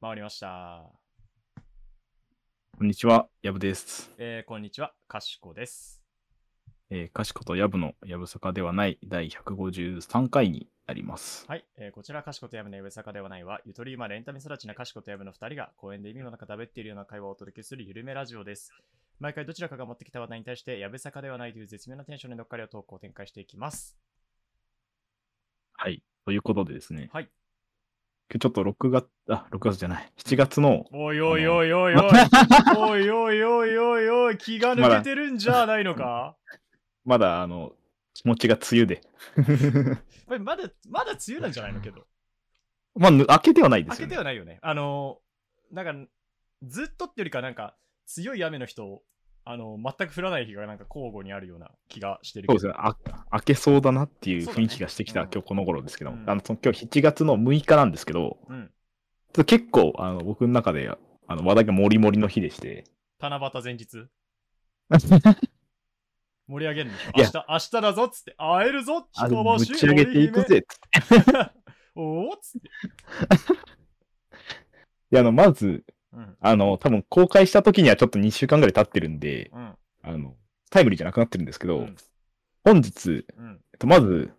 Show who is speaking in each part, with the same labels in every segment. Speaker 1: 回りました。
Speaker 2: こんにちは、やぶです。
Speaker 1: えー、こんにちは、かしこです。
Speaker 2: えー、かしことやぶのやぶさかではない第153回になります。
Speaker 1: はい、えーこちら、かしことやぶの上坂ではないは、ゆとり今レンタメ育ちなかしことやぶの2人が公園で意味の中食べっているような会話をお届けするゆるめラジオです。毎回どちらかが持ってきた話題に対して、やぶ坂ではないという絶妙なテンションで乗っかりを投稿を展開していきます。
Speaker 2: はい。ということでですね、
Speaker 1: はい。
Speaker 2: 今日ちょっと6月、あ、6月じゃない、7月の、
Speaker 1: おいおいおいおいおい、おいおいおいおいおい、気が抜けてるんじゃないのか、
Speaker 2: まだあの、気持ちが梅雨で。
Speaker 1: これ まだ、まだ梅雨なんじゃないのけど。
Speaker 2: まあ、ぬ明けてはないで
Speaker 1: 開
Speaker 2: すよ
Speaker 1: け
Speaker 2: ね
Speaker 1: て。はないよね。あのー、なんか、ずっとってよりか、なんか、強い雨の日と、あのー、全く降らない日が、なんか交互にあるような気がしてる
Speaker 2: そ
Speaker 1: け
Speaker 2: う
Speaker 1: ど。
Speaker 2: ですねあ。明けそうだなっていう
Speaker 1: そうだね
Speaker 2: 雰囲気がしてきた、
Speaker 1: うん
Speaker 2: 今日この頃ですけど、
Speaker 1: うん
Speaker 2: あのその今日7月の6日なんですけど、
Speaker 1: うん。
Speaker 2: ちょっと結構あの僕の中であの話題がモリモリの日でして、
Speaker 1: 七夕前 日。盛り上げるんでしょ明日、明日だぞっつって、会えるぞ
Speaker 2: あ
Speaker 1: 人
Speaker 2: ぶち上げていく。 ぜ。
Speaker 1: 織姫おおっつって。
Speaker 2: いや、あの、まず、
Speaker 1: うん。
Speaker 2: あの、多分公開した時にはちょっと2週間ぐらい経ってるんで、
Speaker 1: うん。
Speaker 2: あの、タイムリーじゃなくなってるんですけ
Speaker 1: う
Speaker 2: ど、
Speaker 1: ん。
Speaker 2: 本日、
Speaker 1: うん。
Speaker 2: えっと、まず、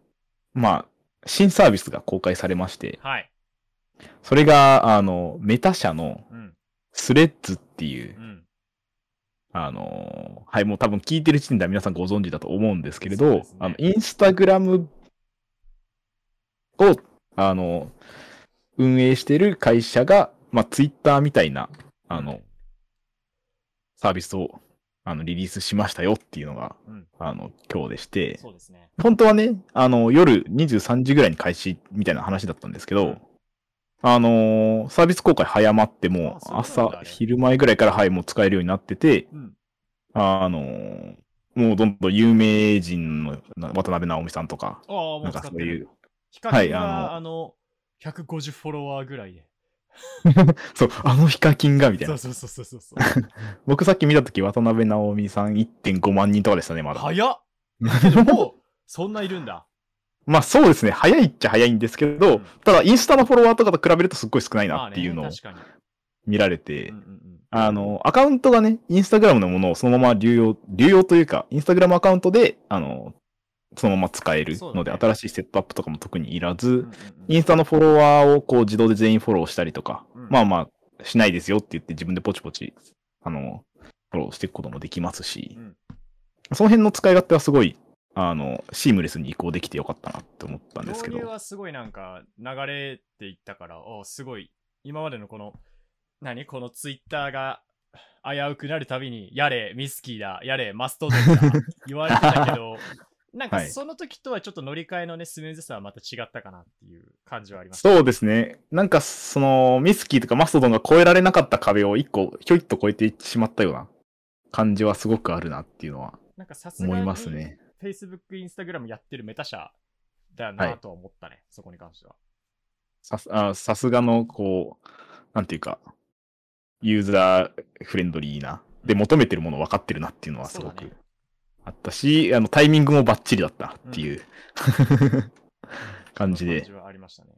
Speaker 2: まあ、新サービスが公開されまして、
Speaker 1: はい。
Speaker 2: それが、あの、メタ社の
Speaker 1: うん。
Speaker 2: スレッズっていうう、
Speaker 1: ん。
Speaker 2: あの、はい、もう多分聞いてる時点では皆さんご存知だと思うんですけれ
Speaker 1: そう
Speaker 2: ど、
Speaker 1: ですね
Speaker 2: あの、インスタグラムを、あの、運営してる会社が、まあ、ツイッターみたいな、あの、サービスを、あの、リリースしましたよっていうのが、
Speaker 1: うん
Speaker 2: あの、今日でして、
Speaker 1: そうですね。
Speaker 2: 本当はね、あの、夜23時ぐらいに開始みたいな話だったんですけど、
Speaker 1: うん
Speaker 2: あのーサービス公開早まっても
Speaker 1: あそう
Speaker 2: う、
Speaker 1: なんだ
Speaker 2: 朝
Speaker 1: あ、れ
Speaker 2: 昼前ぐらいから、はい、もう使えるようになってて、
Speaker 1: うん。
Speaker 2: あのーもうどんどん有名人のな渡辺直美さんとか、
Speaker 1: ああ、も
Speaker 2: な
Speaker 1: うん
Speaker 2: か
Speaker 1: 使っ
Speaker 2: そ
Speaker 1: て
Speaker 2: うい
Speaker 1: る
Speaker 2: う。、
Speaker 1: ヒカキン
Speaker 2: はいあ
Speaker 1: が、
Speaker 2: の
Speaker 1: あの、150フォロワーぐらいで。
Speaker 2: そう、あのヒカキンが、みたい
Speaker 1: そ
Speaker 2: な
Speaker 1: う。そうそうそうそうそう。
Speaker 2: 僕さっき見たとき、渡辺直美さん1.5万人とかでしたね、まだ。
Speaker 1: 早 っけどもう、そんないるんだ。
Speaker 2: まあそうですね、早いっちゃ早いんですけど、
Speaker 1: うん
Speaker 2: ただインスタのフォロワーとかと比べるとすっごい少ないなっていう
Speaker 1: ま
Speaker 2: のを
Speaker 1: あね確か
Speaker 2: 見られ
Speaker 1: に。
Speaker 2: て
Speaker 1: うん、うん
Speaker 2: あの、アカウントがね、インスタグラムのものをそのまま流用、流用というか、インスタグラムアカウントで、あの、そのまま使える
Speaker 1: そうだ
Speaker 2: の
Speaker 1: ね
Speaker 2: で、新しいセットアップとかも特にいらず、
Speaker 1: うんうんうん
Speaker 2: インスタのフォロワーをこう自動で全員フォローしたりとか、
Speaker 1: うん
Speaker 2: まあまあ、しないですよって言って自分でポチポチ、あの、フォローしていくこともできますし、
Speaker 1: うん
Speaker 2: その辺の使い勝手はすごい、あの、シームレスに移行できてよかったなって思ったんですけ
Speaker 1: 導入
Speaker 2: ど、
Speaker 1: はすごいなんか流れていったから、おすごい、今までのこの、何このツイッターが危うくなるたびに、やれ、ミスキーだ、やれ、マストドン だ、言われてたけど、なんか
Speaker 2: はい
Speaker 1: その時とはちょっと乗り換えのね、スムーズさはまた違ったかなっていう感じはあります。
Speaker 2: そうですね。なんか、その、ミスキーとかマストドンが越えられなかった壁を一個、ひょいっと越えていってしまったような感じはすごくあるなっていうのは
Speaker 1: なんかさすが
Speaker 2: 思い
Speaker 1: に、
Speaker 2: ますね。
Speaker 1: Facebook、Instagram やってるメタ社だなとは思ったね、そこに関しては。
Speaker 2: さすあさすがの、こう、なんていうか、ユーザーフレンドリーな。で、求めてるもの分かってるなっていうのはすご
Speaker 1: そうだ
Speaker 2: く
Speaker 1: ね
Speaker 2: あったし、あの、タイミングもバッチリだったなっていう、 感じ
Speaker 1: そんな
Speaker 2: で
Speaker 1: 感じ、はありましたね。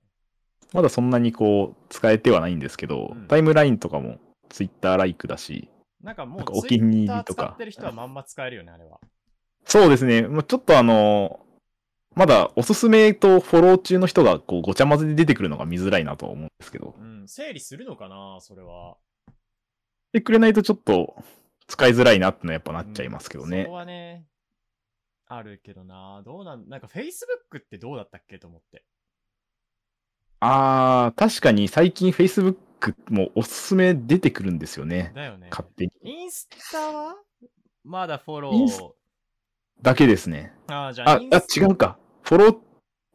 Speaker 2: まだそんなにこう、使えてはないんですけど、
Speaker 1: うん
Speaker 2: タイムラインとかも、ツイッターライクだし、
Speaker 1: なんかも
Speaker 2: なんか
Speaker 1: う、
Speaker 2: お
Speaker 1: ツイ
Speaker 2: 気
Speaker 1: ッ
Speaker 2: に入り
Speaker 1: ター
Speaker 2: と
Speaker 1: 使
Speaker 2: か
Speaker 1: ってる人はまんま使えるよね、あれは。
Speaker 2: そうですね。まあちょっとあの、まだおすすめとフォロー中の人がこうごちゃ混ぜで出てくるのが見づらいなとは思うんですけど。
Speaker 1: うん、整理するのかな、それは。
Speaker 2: でくれないとちょっと使いづらいなってのはやっぱなっちゃいますけど
Speaker 1: うん
Speaker 2: ね
Speaker 1: そこ。はね、あるけどな、どうなん、なんか Facebook ってどうだったっけと思って。
Speaker 2: あー、確かに最近 Facebook もおすすめ出てくるんですよね。
Speaker 1: だよね。
Speaker 2: 勝手に。
Speaker 1: インスタはまだフォロ
Speaker 2: インス
Speaker 1: ー。
Speaker 2: だけですね。
Speaker 1: あーじゃあ
Speaker 2: あ
Speaker 1: イン、
Speaker 2: あ
Speaker 1: ス、
Speaker 2: 違うか。フォロー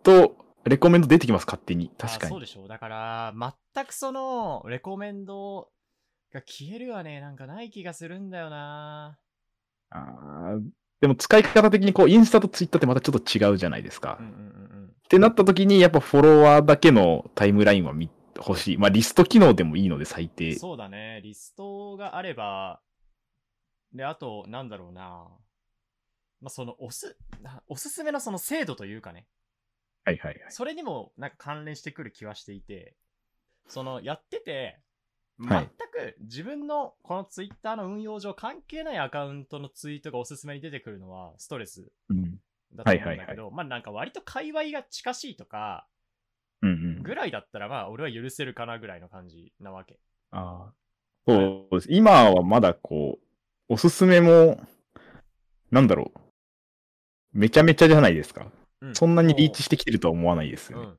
Speaker 2: とレコメンド出てきます、勝手に。
Speaker 1: あー
Speaker 2: 確か
Speaker 1: そう
Speaker 2: に。
Speaker 1: でしょ。だから、全くその、レコメンドが消えるはね、なんかない気がするんだよな。
Speaker 2: あーでも使い方的にこうインスタとツイッターってまたちょっと違うじゃないですか。
Speaker 1: うんうんうん
Speaker 2: ってなった時に、やっぱフォロワーだけのタイムラインは見欲しい。まあ、リスト機能でもいいので
Speaker 1: う
Speaker 2: 最
Speaker 1: ん。
Speaker 2: 低。
Speaker 1: そうだね。リストがあれば、で、あと、なんだろうな。まあ、その、おす、なおすすめのその精度というかね。
Speaker 2: はいはいはい。
Speaker 1: それにもなんか関連してくる気はしていて、そのやってて、
Speaker 2: はい
Speaker 1: 全く自分のこのツイッターの運用上関係ないアカウントのツイートがおすすめに出てくるのはストレス
Speaker 2: うん。
Speaker 1: だと思うんだけど、
Speaker 2: はいはい
Speaker 1: まあなんか割と界隈が近しいとか
Speaker 2: うんうん。
Speaker 1: ぐらいだったらまあ俺は許せるかなぐらいの感じなわけ。
Speaker 2: ああ。そうです。今はまだこう、おすすめも、なんだろう。めちゃめちゃじゃないですか。
Speaker 1: うん、
Speaker 2: そんなにリーチしてきてるとは思わないです
Speaker 1: う
Speaker 2: よね。
Speaker 1: ん。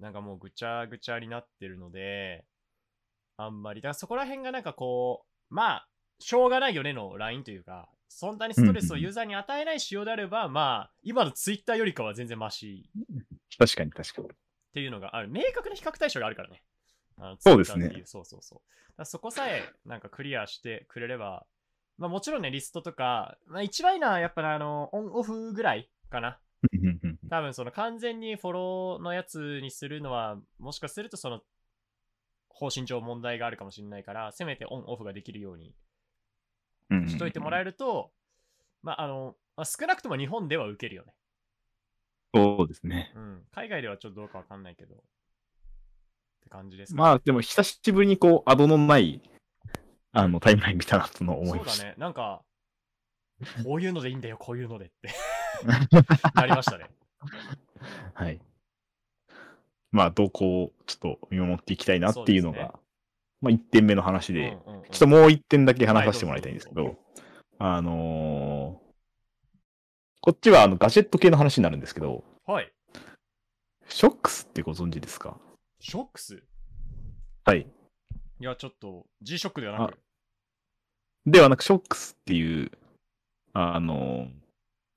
Speaker 1: なんかもうぐちゃぐちゃになってるので、あんまり、だからそこら辺がなんかこう、まあ、しょうがないよねのラインというか、そんなにストレスをユーザーに与えない仕様であれば、まあ、今のツイッターよりかは全然マシっ
Speaker 2: 確かに確かに。
Speaker 1: ていうのがある。明確な比較対象があるからね。あの
Speaker 2: そうですね
Speaker 1: Twitter っていうそうそうそう。だからそこさえなんかクリアしてくれれば、まあもちろんね、リストとか、まあ一番いいのはやっぱあの、オンオフぐらいかな。
Speaker 2: うんうんうん
Speaker 1: 多分その完全にフォローのやつにするのはもしかするとその方針上問題があるかもしれないからせめてオンオフができるように
Speaker 2: うんうんうん
Speaker 1: しといてもらえると、まああのまあ少なくとも日本では受けるよね、
Speaker 2: そうですね。
Speaker 1: うん、海外ではちょっとどうかわかんないけどって感じですか
Speaker 2: まあでも久しぶりにこう、アドのない、あの、タイムライン見たなとの思いま
Speaker 1: そ
Speaker 2: し
Speaker 1: う
Speaker 2: た。
Speaker 1: だねなん かこういうのでいいんだよこういうのでってなりましたね
Speaker 2: はい。まあ、動向をちょっと見守っていきたいなっていうのが、
Speaker 1: そうです
Speaker 2: まあ、1点目の話で、
Speaker 1: うんうんうん
Speaker 2: ちょっともう1点だけ話させてもらいたいんですけど、あのーこっちはあのガジェット系の話になるんですけど、
Speaker 1: はい
Speaker 2: ショックスってご存知ですか
Speaker 1: ショックスい
Speaker 2: はい。
Speaker 1: やちょっと G ショックではなく
Speaker 2: ではなく、ショックスっていう、あのー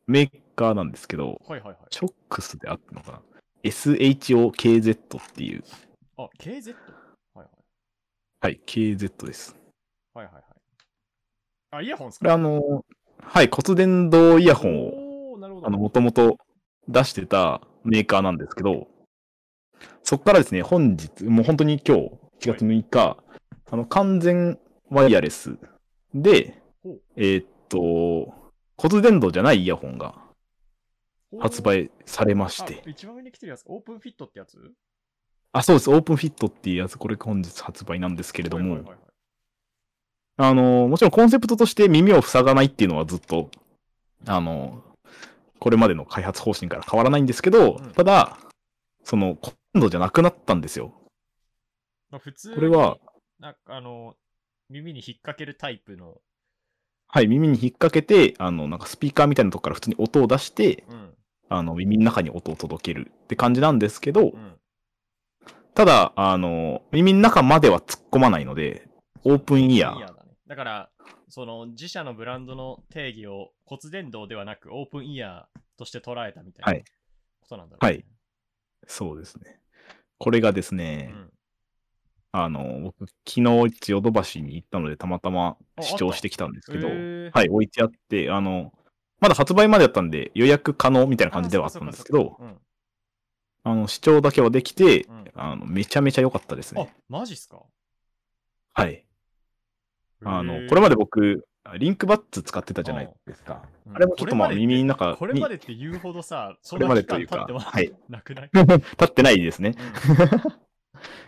Speaker 2: メーカーなんですけど、
Speaker 1: はいはいはい
Speaker 2: ショックスであったのかな ?SHOKZ っていう、
Speaker 1: あ KZ はいはい
Speaker 2: はい、KZ です。
Speaker 1: はいはいはい。あ、イヤホンです
Speaker 2: これ
Speaker 1: か
Speaker 2: あの、はい、骨伝導イヤホンを、
Speaker 1: おーなるほど。
Speaker 2: あの、もともと出してたメーカーなんですけど、そこからですね、本日、もう本当に今日、1月6日、あの、完全ワイヤレスで
Speaker 1: ほう、
Speaker 2: えーっと、骨伝導じゃないイヤホンが
Speaker 1: おー
Speaker 2: 発売されまし
Speaker 1: あ
Speaker 2: て、
Speaker 1: 一番上に来てるやつ、オープンフィットってやつ
Speaker 2: あそうです、オープンフィットっていうやつ、これ本日発売なんですけれども、
Speaker 1: はいはいはいはい
Speaker 2: あの、もちろんコンセプトとして耳を塞がないっていうのはずっと、あの、これまでの開発方針から変わらないんですけど、
Speaker 1: うん
Speaker 2: ただ、その、今度じゃなくなったんですよ。
Speaker 1: まあ普通に
Speaker 2: これは、
Speaker 1: なんかあの、耳に引っ掛けるタイプの、
Speaker 2: はい、耳に引っ掛けて、あの、なんかスピーカーみたいなとこから普通に音を出して、
Speaker 1: うん、
Speaker 2: あの、耳の中に音を届けるって感じなんですけ
Speaker 1: う、
Speaker 2: ど
Speaker 1: ん。
Speaker 2: ただ、あの、耳の中までは突っ込まないので、オープンイヤ
Speaker 1: オーだ
Speaker 2: ー。
Speaker 1: ね。だから、その自社のブランドの定義を骨伝導ではなくオープンイヤーとして捉えたみたい
Speaker 2: は
Speaker 1: ないことなんだろう、ね。
Speaker 2: そうですね。これがですね、
Speaker 1: うん
Speaker 2: あの、僕、昨日、千代戸橋に行ったので、たまたま
Speaker 1: あ
Speaker 2: 視
Speaker 1: あっ
Speaker 2: 聴
Speaker 1: た
Speaker 2: してきたんですけど、
Speaker 1: へー
Speaker 2: はい、置いてあって、あの、まだ発売までだったんで、予約可能みたいな感じではあ
Speaker 1: あ
Speaker 2: っ
Speaker 1: そ
Speaker 2: た
Speaker 1: っ
Speaker 2: ん
Speaker 1: か
Speaker 2: ですけ
Speaker 1: そっか
Speaker 2: ど、
Speaker 1: そっか
Speaker 2: あの、視聴だけはできて
Speaker 1: うん、
Speaker 2: あの、めちゃめちゃ良かったです
Speaker 1: うんあ
Speaker 2: ね。、
Speaker 1: マジっすか
Speaker 2: はい。あの、これ
Speaker 1: ま
Speaker 2: まで僕、リンクバッツ使ってたじゃないですか。
Speaker 1: うん
Speaker 2: あれもちょっとまあ
Speaker 1: これまでって
Speaker 2: 耳の中
Speaker 1: これ
Speaker 2: に
Speaker 1: ま
Speaker 2: 立
Speaker 1: でって言うほどさ、そ
Speaker 2: こ
Speaker 1: んな
Speaker 2: れまで
Speaker 1: 期間
Speaker 2: という
Speaker 1: 経
Speaker 2: か
Speaker 1: ってもらっ
Speaker 2: はい
Speaker 1: なく ない、
Speaker 2: ってないですね。
Speaker 1: うん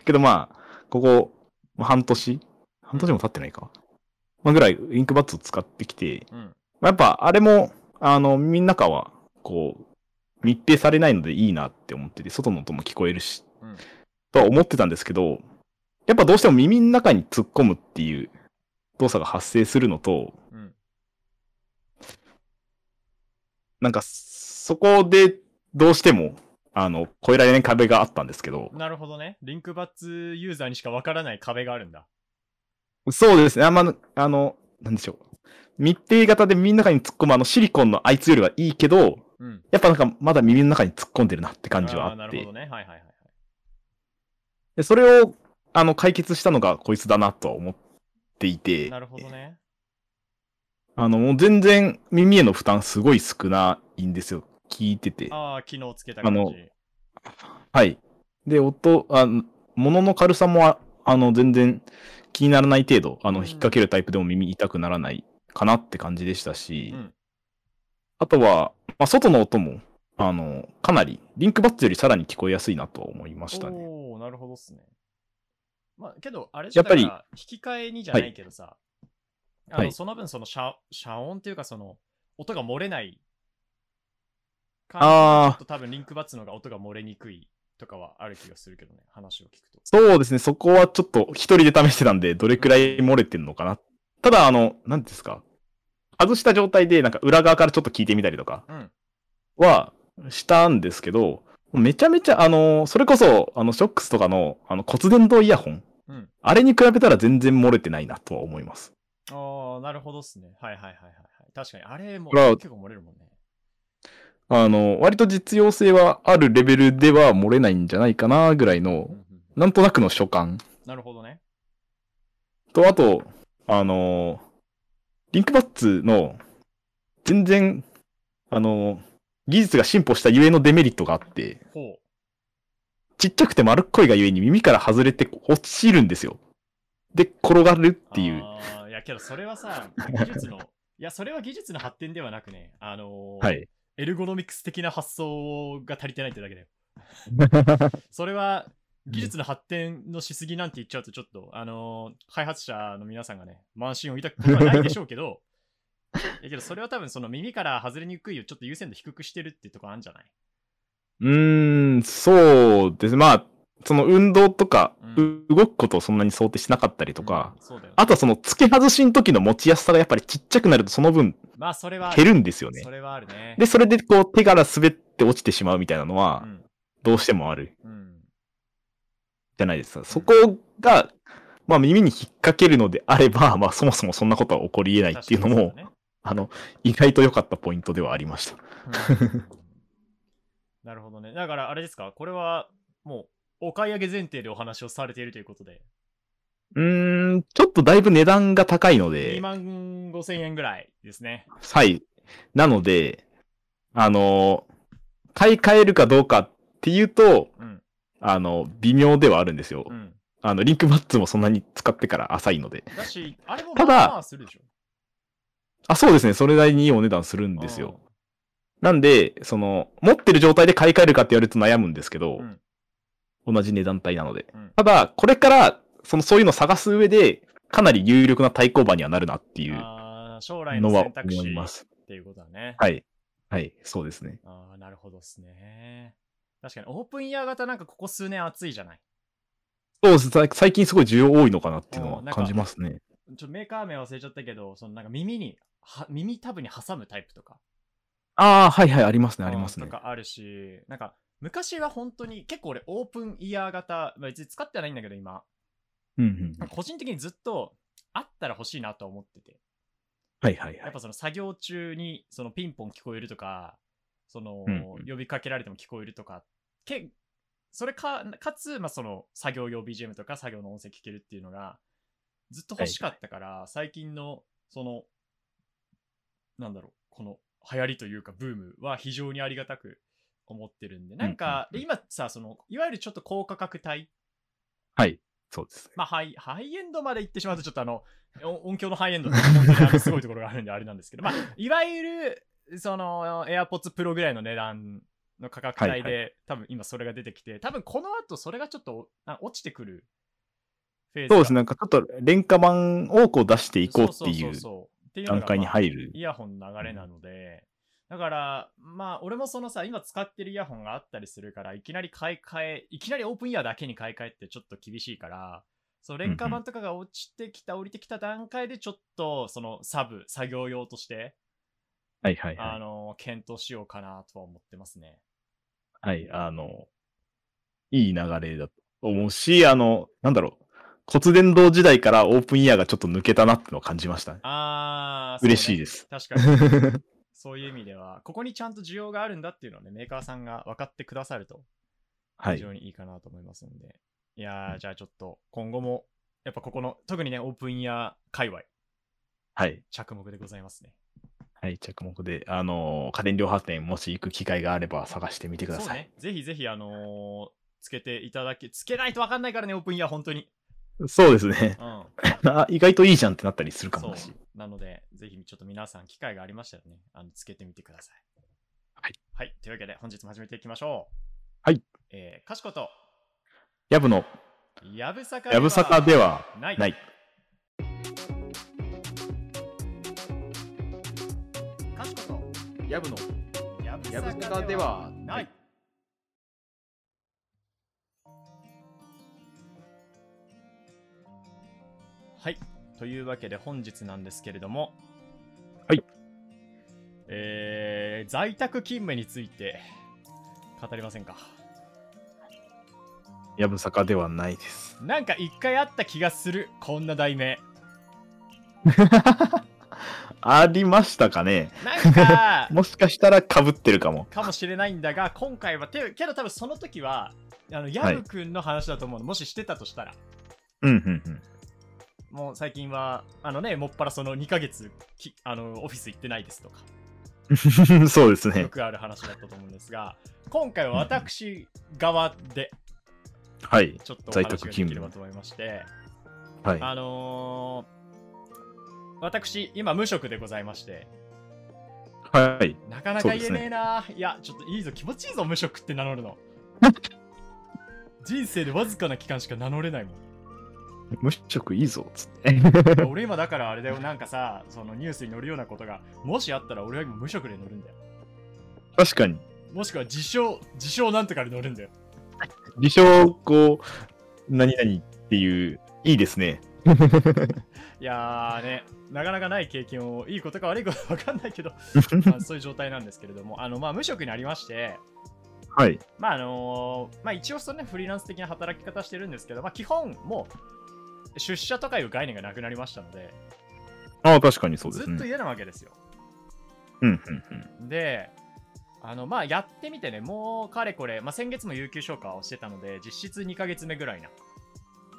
Speaker 2: けどまあ、ここ、まあ半年半年も経ってないか。まあぐらい、リンクバッツを使ってきて、
Speaker 1: うん、
Speaker 2: まあやっぱあれも、あの、みんなかは、こう、密閉されないのでいいなって思ってて、外の音も聞こえるし、
Speaker 1: うん
Speaker 2: とは思ってたんですけど、やっぱどうしても耳の中に突っ込むっていう動作が発生するのと、
Speaker 1: うん、
Speaker 2: なんかそこでどうしても、あの、越えられない壁があったんですけど、
Speaker 1: なるほどね。リンクバッツユーザーにしかわからない壁があるんだ。
Speaker 2: そうですね、あんま、あの、なんでしょう。密閉型で耳の中に突っ込むあのシリコンのあいつよりはいいけど、
Speaker 1: うん。
Speaker 2: やっぱなんかまだ耳の中に突っ込んでるなって感じはあ
Speaker 1: ー
Speaker 2: って。
Speaker 1: なるほどね。はいはいはいはい。
Speaker 2: で、それを、あの、解決したのがこいつだなとは思っていて、
Speaker 1: なるほどね。
Speaker 2: あの、もう全然耳への負担すごい少ないんですよ。聞いてて。
Speaker 1: ああ、機能つけた感
Speaker 2: あ
Speaker 1: じ
Speaker 2: の。はい。で、音、あの、物の軽さもあ、あの、全然気にならない程度、あの、
Speaker 1: うん
Speaker 2: 引っ掛けるタイプでも耳痛くならないかなって感じでしたし、
Speaker 1: うん
Speaker 2: あとは、まあ、外の音も、あの、かなり、リンクバッツよりさらに聞こえやすいなとは思いましたね。
Speaker 1: おおなるほどっすね。まあ、けど、あれ
Speaker 2: やっぱり
Speaker 1: だから引き換えにじゃないけどさ、あ
Speaker 2: は
Speaker 1: の
Speaker 2: い
Speaker 1: その分、その遮遮音っていうか、その音が漏れない感じ
Speaker 2: あ
Speaker 1: と
Speaker 2: あ、
Speaker 1: 多分リンクバッツの方が音が漏れにくいとかはある気がするけどね、話を聞くと。
Speaker 2: そうですね。そこはちょっと一人で試してたんで、どれくらい漏れてんのかな。ただ、あの、なんですか。外した状態で、なんか裏側からちょっと聞いてみたりとか
Speaker 1: うん。
Speaker 2: はしたんですけど、めちゃめちゃ、あの、それこそ、あの、ショックスとかの、あの、骨伝導イヤホン。
Speaker 1: うん
Speaker 2: あれに比べたら全然漏れてないなとは思います。
Speaker 1: ああ、なるほどっすね。はいはいはいはいはい。確かに、あれも
Speaker 2: これは
Speaker 1: 結構漏れるもんね。
Speaker 2: あの、割と実用性はあるレベルでは漏れないんじゃないかな、ぐらいの
Speaker 1: うんうんうん
Speaker 2: なんとなくの所感
Speaker 1: なるほどね。
Speaker 2: と、あと、あのーリンクバッツの、全然、あのー技術が進歩したゆえのデメリットがあって、
Speaker 1: ほ
Speaker 2: ちっちゃくて丸っこいがゆえに耳から外れて落ちるんですよ。で、転がる
Speaker 1: う。
Speaker 2: っていう。
Speaker 1: あーいや、けどそれは さ、技術の、いや、それは技術の発展ではなくね、あのー
Speaker 2: はい。
Speaker 1: エルゴノミクス的な発想が足りてないってだけだよ。それは、技術の発展のしすぎなんて言っちゃうと、ちょっと、あのー開発者の皆さんがね、満身を抱くことはないでしょうけ ど、いやけど、それは多分、その耳から外れにくいをちょっと優先度低くしてるっていうとこあるんじゃないう
Speaker 2: ーん、そうです。まあ、その運動とか、
Speaker 1: う
Speaker 2: 動くことをそんなに想定しなかったりとか、
Speaker 1: うんそうだよね、
Speaker 2: あとはその付け外しの時の持ちやすさがやっぱりちっちゃくなるとその分
Speaker 1: まあ、それはある、
Speaker 2: 減るんですよね
Speaker 1: そ。れはあるね。
Speaker 2: で、それでこう手から滑って落ちてしまうみたいなの
Speaker 1: う
Speaker 2: は、
Speaker 1: ん、
Speaker 2: どうしてもある
Speaker 1: うん。
Speaker 2: じゃないですか。そこが、まあ耳に引っ掛けるのであれば、まあそもそもそんなことは起こり得ないっていうのも
Speaker 1: 確、かに
Speaker 2: あの、意外と良かったポイントではありました。
Speaker 1: そうだね。うんなるほどね。だから、あれですか、これは、もう、お買い上げ前提でお話をされているということで、
Speaker 2: うーん、ちょっとだいぶ値段が高いの
Speaker 1: 2
Speaker 2: で、
Speaker 1: 万5千円ぐらいですね。
Speaker 2: はい。なので、あの、買い替えるかどうかっていうと、
Speaker 1: うん。
Speaker 2: あの、微妙ではあるんですよ。
Speaker 1: うん。
Speaker 2: あの、リンクマッツもそんなに使ってから浅いので。
Speaker 1: だし、あれもま
Speaker 2: た
Speaker 1: あ
Speaker 2: だ
Speaker 1: まあするでしょ。
Speaker 2: あ、そうですね。それなりにいいお値段するんですよ。なんで、その、持ってる状態で買い替えるかって言われると悩むんですけど、
Speaker 1: うん
Speaker 2: 同じ値段帯なので。
Speaker 1: うん
Speaker 2: ただ、これから、その、そういうのを探す上で、かなり有力な対抗馬にはなるなって
Speaker 1: う
Speaker 2: い
Speaker 1: ん。
Speaker 2: う
Speaker 1: ああ、将来の
Speaker 2: のは
Speaker 1: 選択肢
Speaker 2: 思いま
Speaker 1: っ
Speaker 2: す。
Speaker 1: ていうことだね。
Speaker 2: はい。はい、そうですね。
Speaker 1: ああ、なるほどですね。確かに、オープンイヤー型なんかここ数年暑いじゃない。
Speaker 2: そうですさ最近すごい需要多いのかなっていうの
Speaker 1: う
Speaker 2: は
Speaker 1: んなんか
Speaker 2: 感じますね。
Speaker 1: ちょっとメーカー名忘れちゃったけど、そのなんか耳に、は耳たぶに挟むタイプとか。
Speaker 2: ああ、はいはい、ありますね、あります
Speaker 1: う
Speaker 2: ね
Speaker 1: んと。かあるし、なんか、昔は本当に、結構俺、オープンイヤー型、まあ、別に使ってはないんだけど、今。
Speaker 2: うんうん。
Speaker 1: なんか個人的にずっと、あったら欲しいなとは思ってて。
Speaker 2: はいはいは
Speaker 1: やっ
Speaker 2: い。
Speaker 1: ぱその作業中にそのピンポン聞こえるとか、その
Speaker 2: うんうん
Speaker 1: 呼びかけられても聞こえるとか、けそれか、かつ、まあ、その作業用 BGM とか作業の音声聞けるっていうのがずっと欲しかったから、最近のその、なんだろう、この流行りというかブームは非常にありがたく思ってるんで、なんか、
Speaker 2: うんうん
Speaker 1: で今さ、その、いわゆるちょっと高価格帯
Speaker 2: はい。そうですね。
Speaker 1: まあ、ハイハイエンドまで行ってしまうと、ちょっとあの、お音響のハイエンド って本当にあのすごいところがあるんで、あれなんですけど、まあ、いわゆる、その、AirPods Pro ぐらいの値段の価格帯で、
Speaker 2: はい
Speaker 1: 多分今それが出てきて、多分この後それがちょっとあ落ちてくるフェーズが
Speaker 2: そうですね。なんかちょっと廉価版をこう出していこうって
Speaker 1: そう
Speaker 2: いう
Speaker 1: そうそうっていうのが
Speaker 2: 段階に入る。
Speaker 1: イヤホンの流れなので、だから、まあ、俺もそのさ、今使ってるイヤホンがあったりするから、いきなり買い替え、いきなりオープンイヤーだけに買い替えってちょっと厳しいから、そう、廉価版とかが落ちてきた、降りてきた段階で、ちょっと、その、サブ、作業用として、
Speaker 2: はいはい
Speaker 1: あ
Speaker 2: はい。
Speaker 1: の、検討しようかなとは思ってますね。
Speaker 2: はい、あの、いい流れだと思うし、あの、なんだろう。骨伝導時代からオープンイヤーがちょっと抜けたなってのを感じましたね。
Speaker 1: あー、
Speaker 2: 嬉しい
Speaker 1: で
Speaker 2: です。
Speaker 1: す。確か に。そういう意味では、ここにちゃんと需要があるんだっていうのをね、メーカーさんが分かってくださると、
Speaker 2: は
Speaker 1: 非
Speaker 2: い。
Speaker 1: 常にいいかなと思いますんで。いやー、じゃあちょっと今後も、やっぱここの、特にね、オープンイヤー界隈、
Speaker 2: はい。
Speaker 1: 着目でございますね。
Speaker 2: はい、着目で、あの、家電量販店、もし行く機会があれば探してみてくだ
Speaker 1: そう
Speaker 2: さい。
Speaker 1: ね、ぜひぜひ、あのーつけていただけ、つけないと分かんないからね、オープンイヤー、本当に。
Speaker 2: そうですね。
Speaker 1: うん。
Speaker 2: あ意外といいじゃんってなったりするか
Speaker 1: そ
Speaker 2: も
Speaker 1: う
Speaker 2: だし。。
Speaker 1: なので、ぜひちょっと皆さん、機会がありましたらね、あのつけてみてください。
Speaker 2: はい。
Speaker 1: はい。というわけで、本日も始めていきましょう。
Speaker 2: はい。
Speaker 1: えー、かしこと、
Speaker 2: ヤブの
Speaker 1: やぶさか
Speaker 2: やぶさかでは
Speaker 1: ない。
Speaker 2: ない。
Speaker 1: かしこ
Speaker 3: やぶの
Speaker 1: と、やぶ
Speaker 3: やぶさかでは
Speaker 1: な
Speaker 3: ないい。
Speaker 1: はい。というわけで本日なんですけれども、
Speaker 2: はい。
Speaker 1: えー、在宅勤務について語りませんか。
Speaker 2: やぶさかではないです。
Speaker 1: なんか一回あった気がする、こんな題名。
Speaker 2: ありましたかね
Speaker 1: なん か、
Speaker 2: もしかしたら被ってるかも。
Speaker 1: かもしれないんだが、今回は、てけど多分その時は、あのヤブくんの話だと思うの、もししてたとしたら。
Speaker 2: うんうんうん。
Speaker 1: もう最近は、あのね、もっぱらその2ヶ月きあの、オフィス行ってないですとか、
Speaker 2: そうですね
Speaker 1: よ。くある話だったと思うんですが、今回は私側で
Speaker 2: はい。
Speaker 1: ちょっとお
Speaker 2: 在
Speaker 1: 話
Speaker 2: 宅
Speaker 1: ができ
Speaker 2: 勤務
Speaker 1: ればと思いまして、
Speaker 2: はい。
Speaker 1: あのー私、今無職でございまして、
Speaker 2: はい。
Speaker 1: なかなか言えねえなーいや、ちょっといいぞ、気持ちいいぞ、無職って名乗る の。人生でわずかな期間しか名乗れない もん。
Speaker 2: 無職いいぞ、つって。
Speaker 1: いや俺今だからあれだよ、なんかさ、そのニュースに載るようなことが、もしあったら俺は今無職で載るんだよ。
Speaker 2: 確かに。
Speaker 1: もしくは自称、自称なんとかで乗るんだよ。
Speaker 2: 自称、こう、何々っていう、いいですね。
Speaker 1: いやーね、なかなかない経験を、いいことか悪いことか分かんない けど、まあ、そういう状態なんですけれども、あのまあ、無職になりまして、
Speaker 2: はい。
Speaker 1: まああのーまあ、一応その、ね、フリーランス的な働き方してるんですけど、まあ、基本、もう出社とかいう概念がなくなりましたので、
Speaker 2: ああ、確かにそうで
Speaker 1: ず
Speaker 2: す
Speaker 1: っと
Speaker 2: ね。
Speaker 1: 家なわけですよ。
Speaker 2: うんうんうん。
Speaker 1: で、あのまあ、やってみてね、もうかれこれ、まあ、先月も有給消化をしてたので、実質2ヶ月目ぐらいな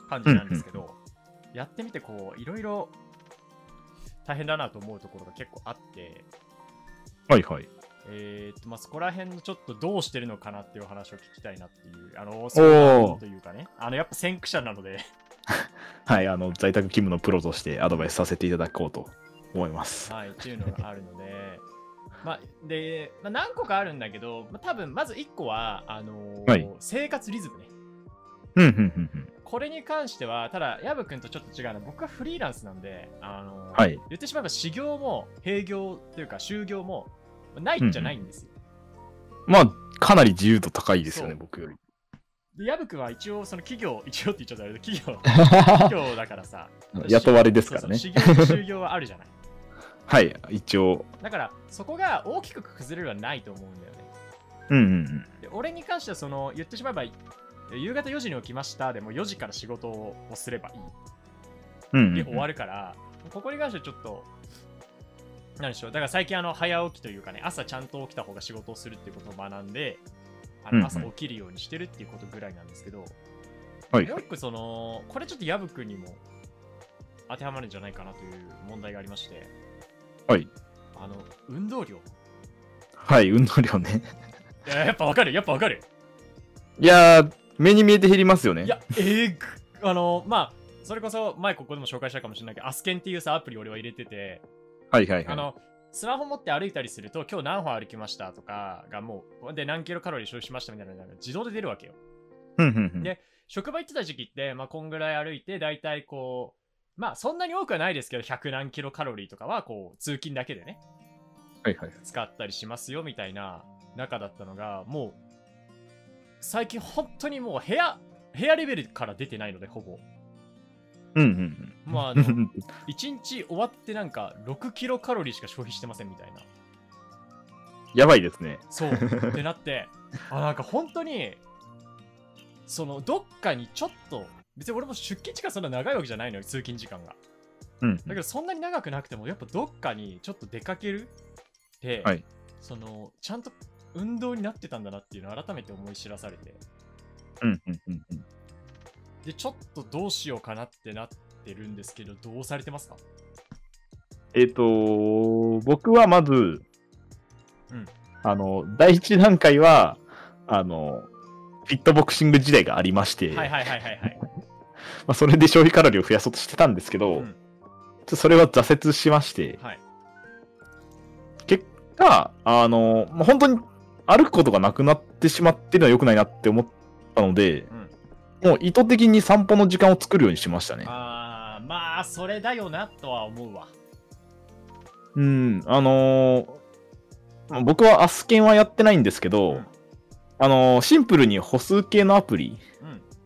Speaker 1: 感じなんですけど、やってみて、こう、いろいろ大変だなと思うところが結構あって、
Speaker 2: はいはい。
Speaker 1: えー、とまあそこら辺のちょっとどうしてるのかなっていうお話を聞きたいなっていう、あの、
Speaker 2: おー
Speaker 1: というかね、あのやっぱ先駆者なので、
Speaker 2: はい。あの、在宅勤務のプロとしてアドバイスさせていただこうと思います。
Speaker 1: はい、っていうのがあるので、まあ、で、まあ、何個かあるんだけど、まあ、多分まず1個は、あのー
Speaker 2: はい
Speaker 1: 生活リズムね。
Speaker 2: うんうんうんうん。
Speaker 1: これに関しては、ただ、ヤブ君とちょっと違うのは、僕はフリーランスなんで、あのー
Speaker 2: はい。
Speaker 1: 言ってしまえば、始業も、閉業というか、就業も、ないっちゃないんですよ。
Speaker 2: まあ、かなり自由度高いですよね、
Speaker 1: そう
Speaker 2: 僕より。
Speaker 1: で、ヤブ君は一応、その企業、 一応って言っちゃったらあれだけど、 企業、企業だからさ、
Speaker 2: 雇われですからね。
Speaker 1: そうそう始業と就業はあるじゃない。
Speaker 2: はい。一応。
Speaker 1: だから、そこが大きく崩れるはないと思うんだよね。
Speaker 2: うんうん
Speaker 1: で俺に関してはその言ってしまえば夕方4時に起きましたでも4時から仕事をすればい
Speaker 2: うん。うん
Speaker 1: いで
Speaker 2: うん
Speaker 1: 終わるから、ここに関してはちょっと何でしょうだから最近あの早起きというかね朝ちゃんと起きた方が仕事をするっていうことを学んであ
Speaker 2: うんう
Speaker 1: の
Speaker 2: ん
Speaker 1: 朝起きるようにしてるっていうことぐらいなんですけど、
Speaker 2: はい
Speaker 1: もう一個そのこれちょっと矢吹君にも当てはまるんじゃないかなという問題がありまして
Speaker 2: はい
Speaker 1: あの運動量い
Speaker 2: はい。運動量ね。
Speaker 1: ややっぱわかるやっぱわかる
Speaker 2: いやー、目に見えて減りますよね。
Speaker 1: いや、えーぐ、あの、まあ、それこそ前ここでも紹介したかもしれないけど、アスケンっていうさ、アプリ俺は入れてて、
Speaker 2: はいはいはい。
Speaker 1: あの、スマホ持って歩いたりすると、今日何歩歩きましたとかがもう、で、何キロカロリー消費しましたみたいなのが自動で出るわけよ。
Speaker 2: うんうんうん
Speaker 1: で職場行ってた時期って、まあ、こんぐらい歩いて、だいたいこう、まあ、そんなに多くはないですけど、100何キロカロリーとかは、こう、通勤だけでね、
Speaker 2: はいはい。
Speaker 1: 使ったりしますよみたいな中だったのが、もう、最近本当にもう部屋、部屋レベルから出てないので、ほぼ。
Speaker 2: うんうん
Speaker 1: まあ、あ
Speaker 2: う
Speaker 1: の、
Speaker 2: ん。
Speaker 1: 1日終わってなんか6キロカロリーしか消費してませんみたいな。
Speaker 2: やばいですね。
Speaker 1: そう。ってなって、 あ、なんか本当に、その、どっかにちょっと、別に俺も出勤時間そんな長いわけじゃないのよ、通勤時間が。
Speaker 2: うん
Speaker 1: だけどそんなに長くなくても、やっぱどっかにちょっと出かけるって、
Speaker 2: はい
Speaker 1: その、ちゃんと運動になってたんだなっていうのを改めて思い知らされて、
Speaker 2: うんうんうんうん。
Speaker 1: で、ちょっとどうしようかなってなってるんですけど、どうされてますか
Speaker 2: えっ、と、僕はまず、あの、第一段階は、あの、フィットボクシング時代がありまして、
Speaker 1: はいはいはいはいはい。
Speaker 2: まあ、それで消費カロリーを増やそうとしてたんですけど、
Speaker 1: うん
Speaker 2: ちょっとそれは挫折しまして、
Speaker 1: はい。
Speaker 2: 結果、あの、まあ、本当に歩くことがなくなってしまってるのは良くないなって思ったので、
Speaker 1: ん
Speaker 2: もう意図的に散歩の時間を作るようにしましたね。
Speaker 1: ああ、まあ、それだよなとは思うわ。
Speaker 2: うん、あのー僕はアスケンはやってないんですけ
Speaker 1: う
Speaker 2: ど、
Speaker 1: ん
Speaker 2: あのーシンプルに歩数計のアプリ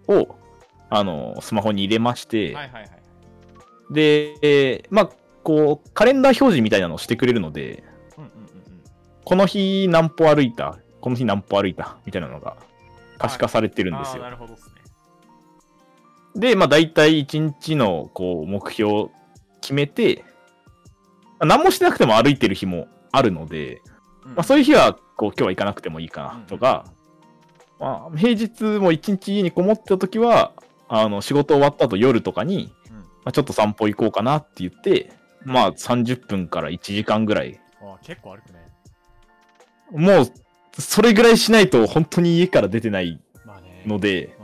Speaker 1: うん。
Speaker 2: を、あのースマホに入れまして、
Speaker 1: はいはいはい。
Speaker 2: で、えーまあ、こう、カレンダー表示みたいなのをしてくれるので、
Speaker 1: うんうんうんうん。
Speaker 2: この日何歩歩いた、この日何歩歩いた、みたいなのが可視化されてるんです
Speaker 1: あー
Speaker 2: よ。
Speaker 1: なるほどですね。
Speaker 2: で、まあ、大体1日のこう目標を決めて、まあ何もしてなくても歩いてる日もあるので、
Speaker 1: うん
Speaker 2: まあ、そういう日はこう今日は行かなくてもいいかなとか、まあ、平日も一日家にこもってた時はあの仕事終わった後夜とかに、
Speaker 1: うん
Speaker 2: まあ、ちょっと散歩行こうかなって言って、まあ、30分から1時間ぐらい
Speaker 1: あー結構歩くね。
Speaker 2: もうそれぐらいしないと本当に家から出てない
Speaker 1: まあね。
Speaker 2: ので、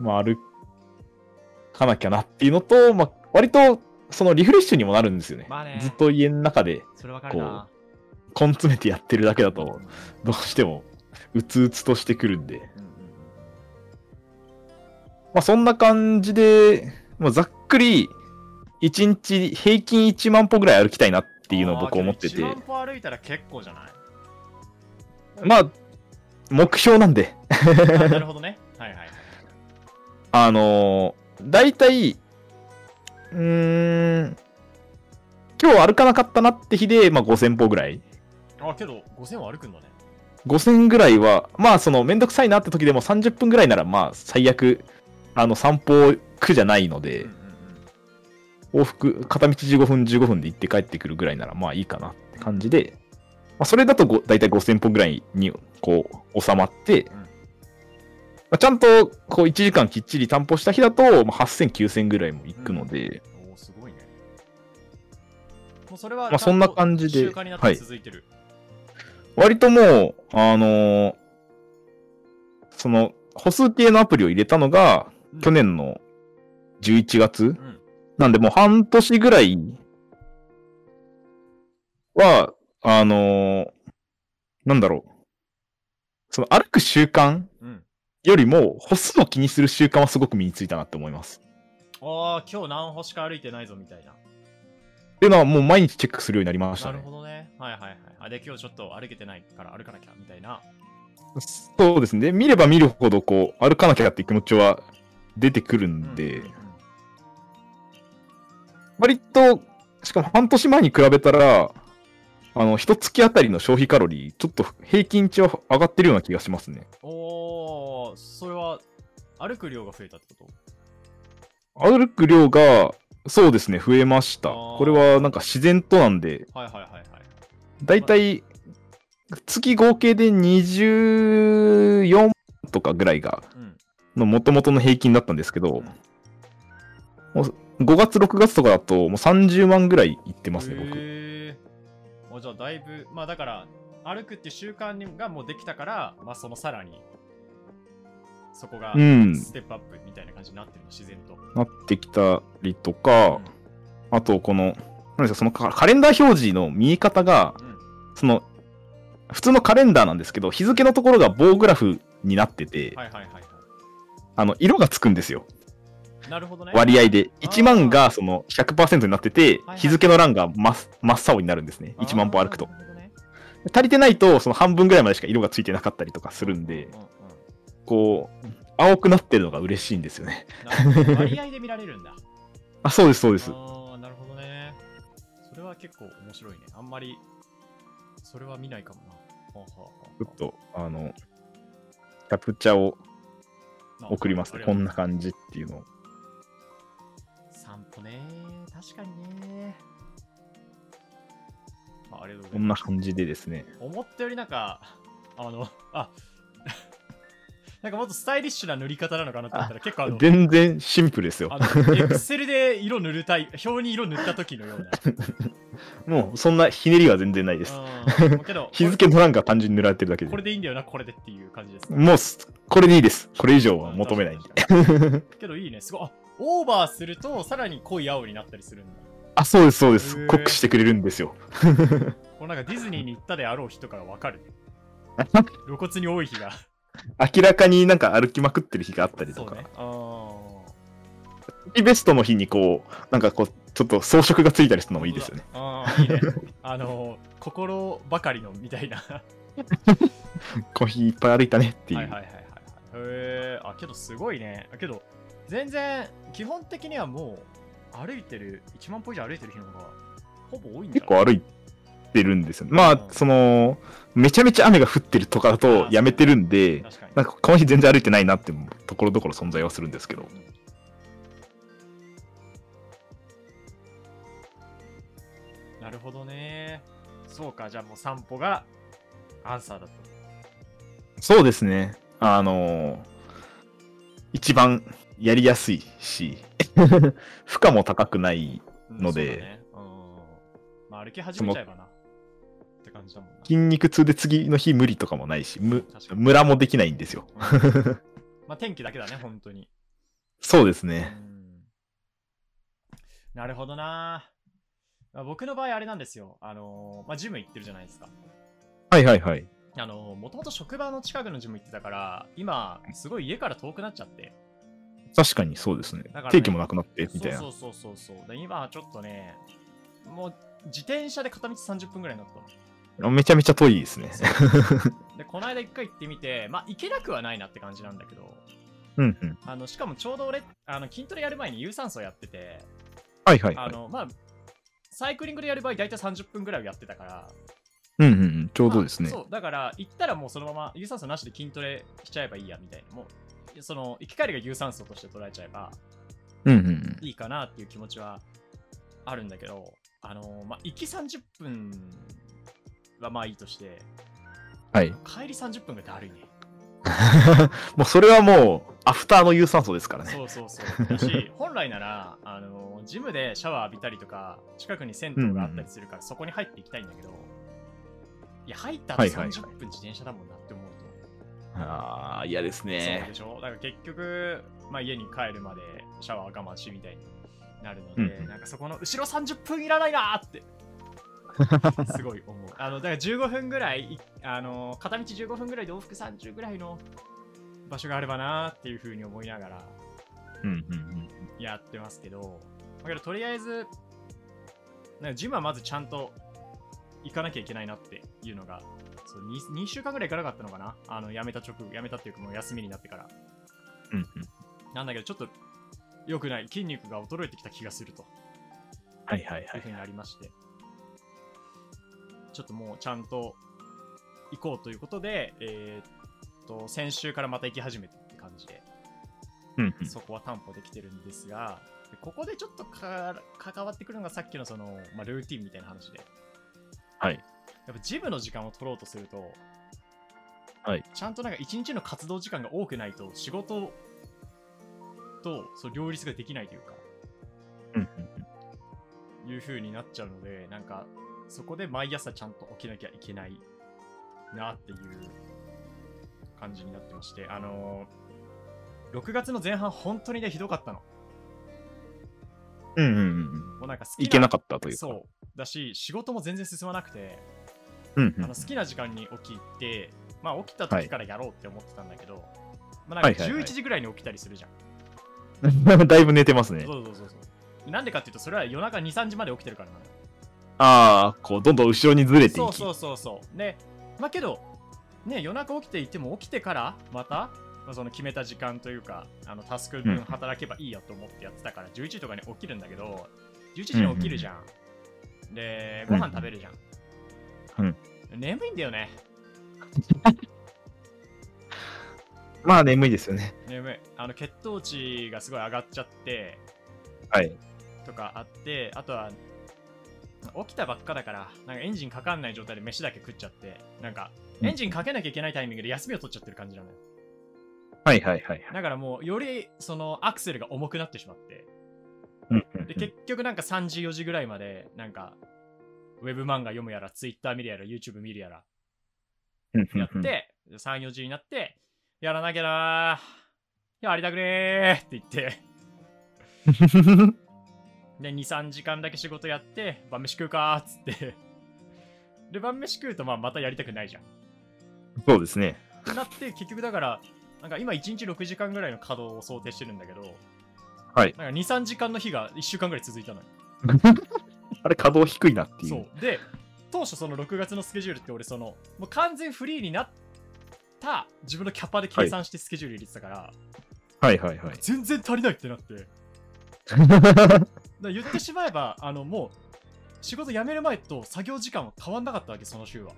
Speaker 1: うん。
Speaker 2: まあ、歩かなきゃなっていうのと、まあ、割とそのリフレッシュにもなるんですよね,、
Speaker 1: まあね
Speaker 2: ずっと家の中で
Speaker 1: それわかるな。
Speaker 2: 根詰めてやってるだけだ
Speaker 1: うんうん
Speaker 2: とどうしてもうつうつとしてくるんで。
Speaker 1: うん
Speaker 2: まあ、そんな感じで、まあ、ざっくり、1日平均1万歩ぐらい歩きたいなっていうのを僕思ってて
Speaker 1: あー、でも1万歩歩いたら結構じゃ ない
Speaker 2: まあ、目標なんで、
Speaker 1: あーなるほどね。はいはいはい。
Speaker 2: あのー、大体、うーん、今日歩かなかったなって日で、まあ、5000歩ぐらい。
Speaker 1: あ、けど5000は歩くんだね。
Speaker 2: 5000ぐらいは、まあ、その、めんどくさいなって時でも30分ぐらいなら、まあ、最悪、あの、散歩苦じゃないの
Speaker 1: うん
Speaker 2: で
Speaker 1: うん、うん
Speaker 2: 往復、片道15分、15分で行って帰ってくるぐらいなら、まあいいかなって感じで、まあ、それだとご大体5000歩ぐらいに、こう、収まって、
Speaker 1: ん
Speaker 2: まあ、ちゃんと、こう、1時間きっちり担保した日だと、まあ、8000、9000ぐらいも行くので、
Speaker 1: おーすごいね。もうそれは、
Speaker 2: まあそんな感じで
Speaker 1: 習慣になって続いてる。
Speaker 2: 割ともう、あのーその、歩数計のアプリを入れたのが、
Speaker 1: うん
Speaker 2: 去年の11月、
Speaker 1: うん。
Speaker 2: なんでもう半年ぐらいは、あのーなんだろう。その歩く習慣
Speaker 1: うん。
Speaker 2: よりも歩数を気にする習慣はすごく身についたなって思います。
Speaker 1: ああ、今日何歩しか歩いてないぞみたいな。
Speaker 2: っていうのはもう毎日チェックするようになりまし
Speaker 1: な
Speaker 2: た
Speaker 1: る
Speaker 2: ね。
Speaker 1: ほどね。はいはいはい。あ、で、今日ちょっと歩けてないから歩かなきゃみたいな。
Speaker 2: そうですね。見れば見るほどこう歩かなきゃっていう気持ちは出てくるん
Speaker 1: う
Speaker 2: で、
Speaker 1: んうんうん
Speaker 2: 割と、しかも半年前に比べたら、あの、一月あたりの消費カロリー、ちょっと平均値は上がってるような気がしますね。
Speaker 1: おー、それは歩く量が増えたってこと
Speaker 2: 歩く量が、そうですね、増えました。
Speaker 1: あー
Speaker 2: これはなんか自然となんで、
Speaker 1: はいはいはいはい。
Speaker 2: だいたい月合計で24とかぐらいが、
Speaker 1: うん。
Speaker 2: の元々の平均だったんですけど、もう5月、6月とかだともう30万ぐらいいってますね、僕。
Speaker 1: へーあじゃあだいぶ、まあだから、歩くって習慣にがもうできたから、まあそのさらに、そこが
Speaker 2: うん
Speaker 1: ステップアップみたいな感じになってるの、自然と。
Speaker 2: なってきたりとか、あとこの、なんですか、そのカカレンダー表示の見え方が、
Speaker 1: うん。うん
Speaker 2: その、普通のカレンダーなんですけど、日付のところが棒グラフになってて、
Speaker 1: はいはいはいは
Speaker 2: あの、色がつくんですよ。
Speaker 1: い。なるほどね。
Speaker 2: 割合で
Speaker 1: あー
Speaker 2: 1万がその100%になってて
Speaker 1: はい
Speaker 2: 日付の欄が真っ真っ青になるんですね1万歩歩くと
Speaker 1: あーなるほどね
Speaker 2: 足りてないとその半分ぐらいまでしか色がついてなかったりとかするんで
Speaker 1: うううん
Speaker 2: こう青くなってるのが嬉しいんですよね
Speaker 1: なるほど割合で見られるんだ。
Speaker 2: あそうですそうです
Speaker 1: ああ、なるほどね。それは結構面白いね。あんまり、それは見ないかもな。はあは
Speaker 2: ちょっとあのキャプチャを
Speaker 1: あはあ
Speaker 2: 送りますねこんな。感じっていうのを
Speaker 1: 散歩ね。確かにね。あありがとうご
Speaker 2: こ
Speaker 1: ざい
Speaker 2: ん
Speaker 1: ま
Speaker 2: な
Speaker 1: す。
Speaker 2: 感じでですね
Speaker 1: 思ったよりなんか、あの、あ、 なんかもっとスタイリッシュな塗り方なのかなと思ったら結構あの、
Speaker 2: 全然シンプルですよ
Speaker 1: あの、エクセルで色塗るタイプ、表に色塗った時のような。
Speaker 2: もうそんなひねりは全然ない です
Speaker 1: うんもうけど、
Speaker 2: 日付の欄が単純に塗られてるだけ
Speaker 1: これこ
Speaker 2: で
Speaker 1: れでいいんだよな、これでっていう感じです。
Speaker 2: もうすこれでいいですこれ以上は求めないんで
Speaker 1: 確かに確かに けどいいね、すごい。あオーバーすると、さらに濃い青になったりするんだ。
Speaker 2: あそうですそうで
Speaker 1: へ
Speaker 2: す
Speaker 1: ー
Speaker 2: 濃くしてくれるんですよ
Speaker 1: これなんかディズニーに行ったであろう日とかがわかる。露骨に多い日が。
Speaker 2: 明らかになんか歩きまくってる日があったりと
Speaker 1: そう
Speaker 2: か、
Speaker 1: ね。ああ。
Speaker 2: キーベストの日にこう、なんかこう、ちょっと装飾がついたりするのもいいですよね。
Speaker 1: ああ、いいね。あの、心ばかりのみたいな。は
Speaker 2: コーヒーいっぱい歩いたねって
Speaker 1: い
Speaker 2: いう。
Speaker 1: はいはいはい。へえあ、けどすごいね。あけど、全然、基本的にはもう、歩いてる、1万歩以上歩いてる日の方が、ほぼ多いんだ
Speaker 2: 結構歩いてるんですよね。まあ、その、めちゃめちゃ雨が降ってるとかだとやめてるんで、
Speaker 1: 確かに。
Speaker 2: なんかこの日全然歩いてないなってもところどころ存在はするんですけど。
Speaker 1: なるほどね。そうか、じゃあもう散歩がアンサーだと。
Speaker 2: そうですね。あのー一番やりやすい し、負荷も高くない、
Speaker 1: うん
Speaker 2: ので
Speaker 1: そうだねうんまあ、歩き始めちゃえばな。って感じだもんな。
Speaker 2: 筋肉痛で次の日無理とかもないし、む
Speaker 1: 確かに
Speaker 2: ムラもできないんですよ。
Speaker 1: うんまあ、天気だけだね、本当に。
Speaker 2: そうです
Speaker 1: う
Speaker 2: ね。
Speaker 1: んなるほどな。まあ僕の場合あれなんですよ。あのーまあ、ジム行ってるじゃないですか。
Speaker 2: はいはいはい。
Speaker 1: あのー、もともと職場の近くのジム行ってたから、今、すごい家から遠くなっちゃって。
Speaker 2: 確かにそうですね。
Speaker 1: だからね
Speaker 2: 定期もなくなって、みたいな。
Speaker 1: そうそうそうそうそう。で今はちょっとね、もう自転車で片道30分ぐらいにな ったの。
Speaker 2: めちゃめちゃ遠いですね。
Speaker 1: で、この間一回行ってみて、まあ行けなくはないなって感じなんだけど、
Speaker 2: うんうん。
Speaker 1: あのしかもちょうど俺、あの筋トレやる前に有酸素やってて、
Speaker 2: はいはい、は
Speaker 1: あ
Speaker 2: い。
Speaker 1: の、まあ、サイクリングでやる場合大体30分ぐらいをやってたから、
Speaker 2: うんうんうん。ちょうどですね。
Speaker 1: まあそう、だから行ったらもうそのまま有酸素なしで筋トレしちゃえばいいやみたいな、もう、その、行き帰りが有酸素として捉えちゃえば
Speaker 2: うんうんうん。
Speaker 1: いいかなっていう気持ちはあるんだけど、あのーまあ、行き30分はまあいいとして、
Speaker 2: はい。
Speaker 1: 帰り30分がだるいね。
Speaker 2: もうそれはもう、アフターの有酸素ですからね。
Speaker 1: そうそうそう。だ し、本来なら、あのージムでシャワー浴びたりとか、近くに銭湯があったりするから、そこに入っていきたいんだけど、いや、入った後
Speaker 2: はいはいはい
Speaker 1: 30分自転車だもんなって思うと、
Speaker 2: ああ、嫌です
Speaker 1: そうで。しょだから結局、まあ、家に帰るまでシャワー我慢しみたいになるので、
Speaker 2: うんうん
Speaker 1: なんかそこの後ろ30分いらないなーってすごい思うあのだから15分ぐらいいあの片道15分ぐらいで往復30ぐらいの場所があればなーっていうふうに思いながら
Speaker 2: うんうんうん。
Speaker 1: やってますけどだけどとりあえずなんかジムはまずちゃんと行かなきゃいけないなっていうのがそう 2, 週間ぐらい行かなかったのかなあの辞めた直後辞めたっていうかもう休みになってから
Speaker 2: うんうん。
Speaker 1: なんだけど、ちょっと良くない、筋肉が衰えてきた気がすると
Speaker 2: はいはいは
Speaker 1: いうふう
Speaker 2: い。
Speaker 1: になりまして、ちょっともうちゃんと行こうということで、えーっと、先週からまた行き始めたって感じで、
Speaker 2: うんうん。
Speaker 1: そこは担保できてるんですが、でここでちょっとか関わってくるのがさっきのその、まあ、ルーティンみたいな話で、
Speaker 2: はい。
Speaker 1: やっぱジムの時間を取ろうとすると、
Speaker 2: はい
Speaker 1: ちゃんとなんか一日の活動時間が多くないと仕事とそう両立ができないというか、
Speaker 2: うんうん
Speaker 1: いう風になっちゃうので、なんか、そこで毎朝ちゃんと起きなきゃいけないなっていう感じになってまして、あのー6月の前半、本当にね、ひどかったの。
Speaker 2: うん。うんうんうん。
Speaker 1: もうなんか好き
Speaker 2: いけなかったというか。
Speaker 1: そう。だし、仕事も全然進まなくて、
Speaker 2: うんう
Speaker 1: あ
Speaker 2: ん。
Speaker 1: の好きな時間に起きて、まあ起きた時からやろうって思ってたんだけど、まあな
Speaker 2: は
Speaker 1: ん
Speaker 2: い
Speaker 1: か
Speaker 2: はいはい
Speaker 1: 11時ぐらいに起きたりするじゃん。
Speaker 2: だいぶ寝てますね。
Speaker 1: そうそうそうそう。なんでかっていうと、それは夜中2、3時まで起きてるからなんだよ
Speaker 2: ああ、こう、どんどん後ろにずれていき。
Speaker 1: そうそうそうそうでまあけどね夜中起きていても起きてからまたまあその決めた時間というかあのタスク分
Speaker 2: うん
Speaker 1: 働けばいいやと思ってやってたから11時とかに起きるんだけど11時に起きるじゃん、でご飯食べるじゃん、
Speaker 2: うん
Speaker 1: 眠いんだよね
Speaker 2: まあ、眠いですよね。
Speaker 1: 眠いあの血糖値がすごい上がっちゃって
Speaker 2: はい。
Speaker 1: とかあってあとは起きたばっかだからなんかエンジンかかんない状態で飯だけ食っちゃってなんかエンジンかけなきゃいけないタイミングで休みを取っちゃってる感じなのよ
Speaker 2: はいはいはい。
Speaker 1: だからもうよりそのアクセルが重くなってしまって
Speaker 2: うんうんうん
Speaker 1: で結局なんか3時4時ぐらいまでなんかウェブ漫画読むやらツイッター見るやら YouTube 見るやら
Speaker 2: うんうん
Speaker 1: やって34時になってやらなきゃなーやりたくねーって言って
Speaker 2: うん。
Speaker 1: で23時間だけ仕事やって晩飯食うかーっつってで晩飯食うとまあまたやりたくないじゃん
Speaker 2: そうですね。
Speaker 1: ってなって、結局だから、なんか今1日6時間ぐらいの稼働を想定してるんだけど、
Speaker 2: はい
Speaker 1: なんか2、3時間の日が1週間ぐらい続いたのよ。
Speaker 2: あれ、稼働低いなっていう。
Speaker 1: そう。で、当初その6月のスケジュールって俺、その、もう完全フリーになった自分のキャパで計算してスケジュール入れてたから、
Speaker 2: はいはいはい。
Speaker 1: 全然足りないってなって。だから言ってしまえば、あの、もう、仕事辞める前と作業時間は変わんなかったわけ、その週は。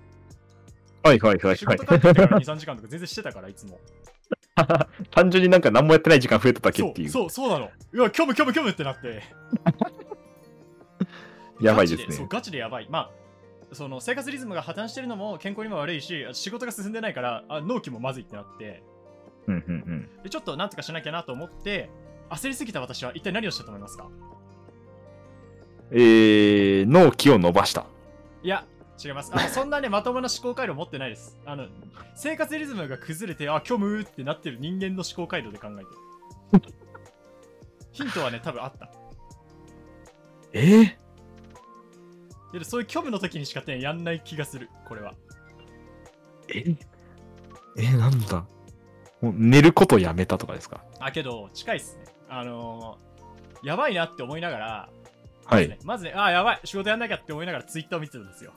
Speaker 2: はいはいはい
Speaker 1: 仕
Speaker 2: はい
Speaker 1: 事。帰ってきてから2、3時間とか全然してた から、いつも。
Speaker 2: 単純になんか何もやってない時間増えただけ
Speaker 1: そ
Speaker 2: っていう。
Speaker 1: そう、そうなの。うわ、虚無、虚無、虚無ってなって。
Speaker 2: やばいで
Speaker 1: ガチ
Speaker 2: す
Speaker 1: そう、
Speaker 2: ね。
Speaker 1: ガチでやばい。まあ、その生活リズムが破綻してるのも健康にも悪いし、仕事が進んでないから、あ納期もまずいってなって、
Speaker 2: うんうんうん。
Speaker 1: でちょっとなんとかしなきゃなと思って、焦りすぎた私は一体何をしたと思いますか
Speaker 2: えー、納期を伸ばした。
Speaker 1: いや、違い ます。あのそんなね、まともな思考回路持ってないです。あの、生活リズムが崩れて、あ、虚無ってなってる人間の思考回路で考えてる。ヒントはね、多分あった。
Speaker 2: えー、
Speaker 1: けど、そういう虚無の時にしかね、やんない気がする、これは。
Speaker 2: ええー、なんだもう寝ることやめたとかですか
Speaker 1: あ、けど、近いっすね。あのー、やばいなって思いながら、
Speaker 2: は
Speaker 1: まずね
Speaker 2: い。、
Speaker 1: まずねあ、やばい、仕事やんなきゃって思いながらツイッターを見てたんですよ。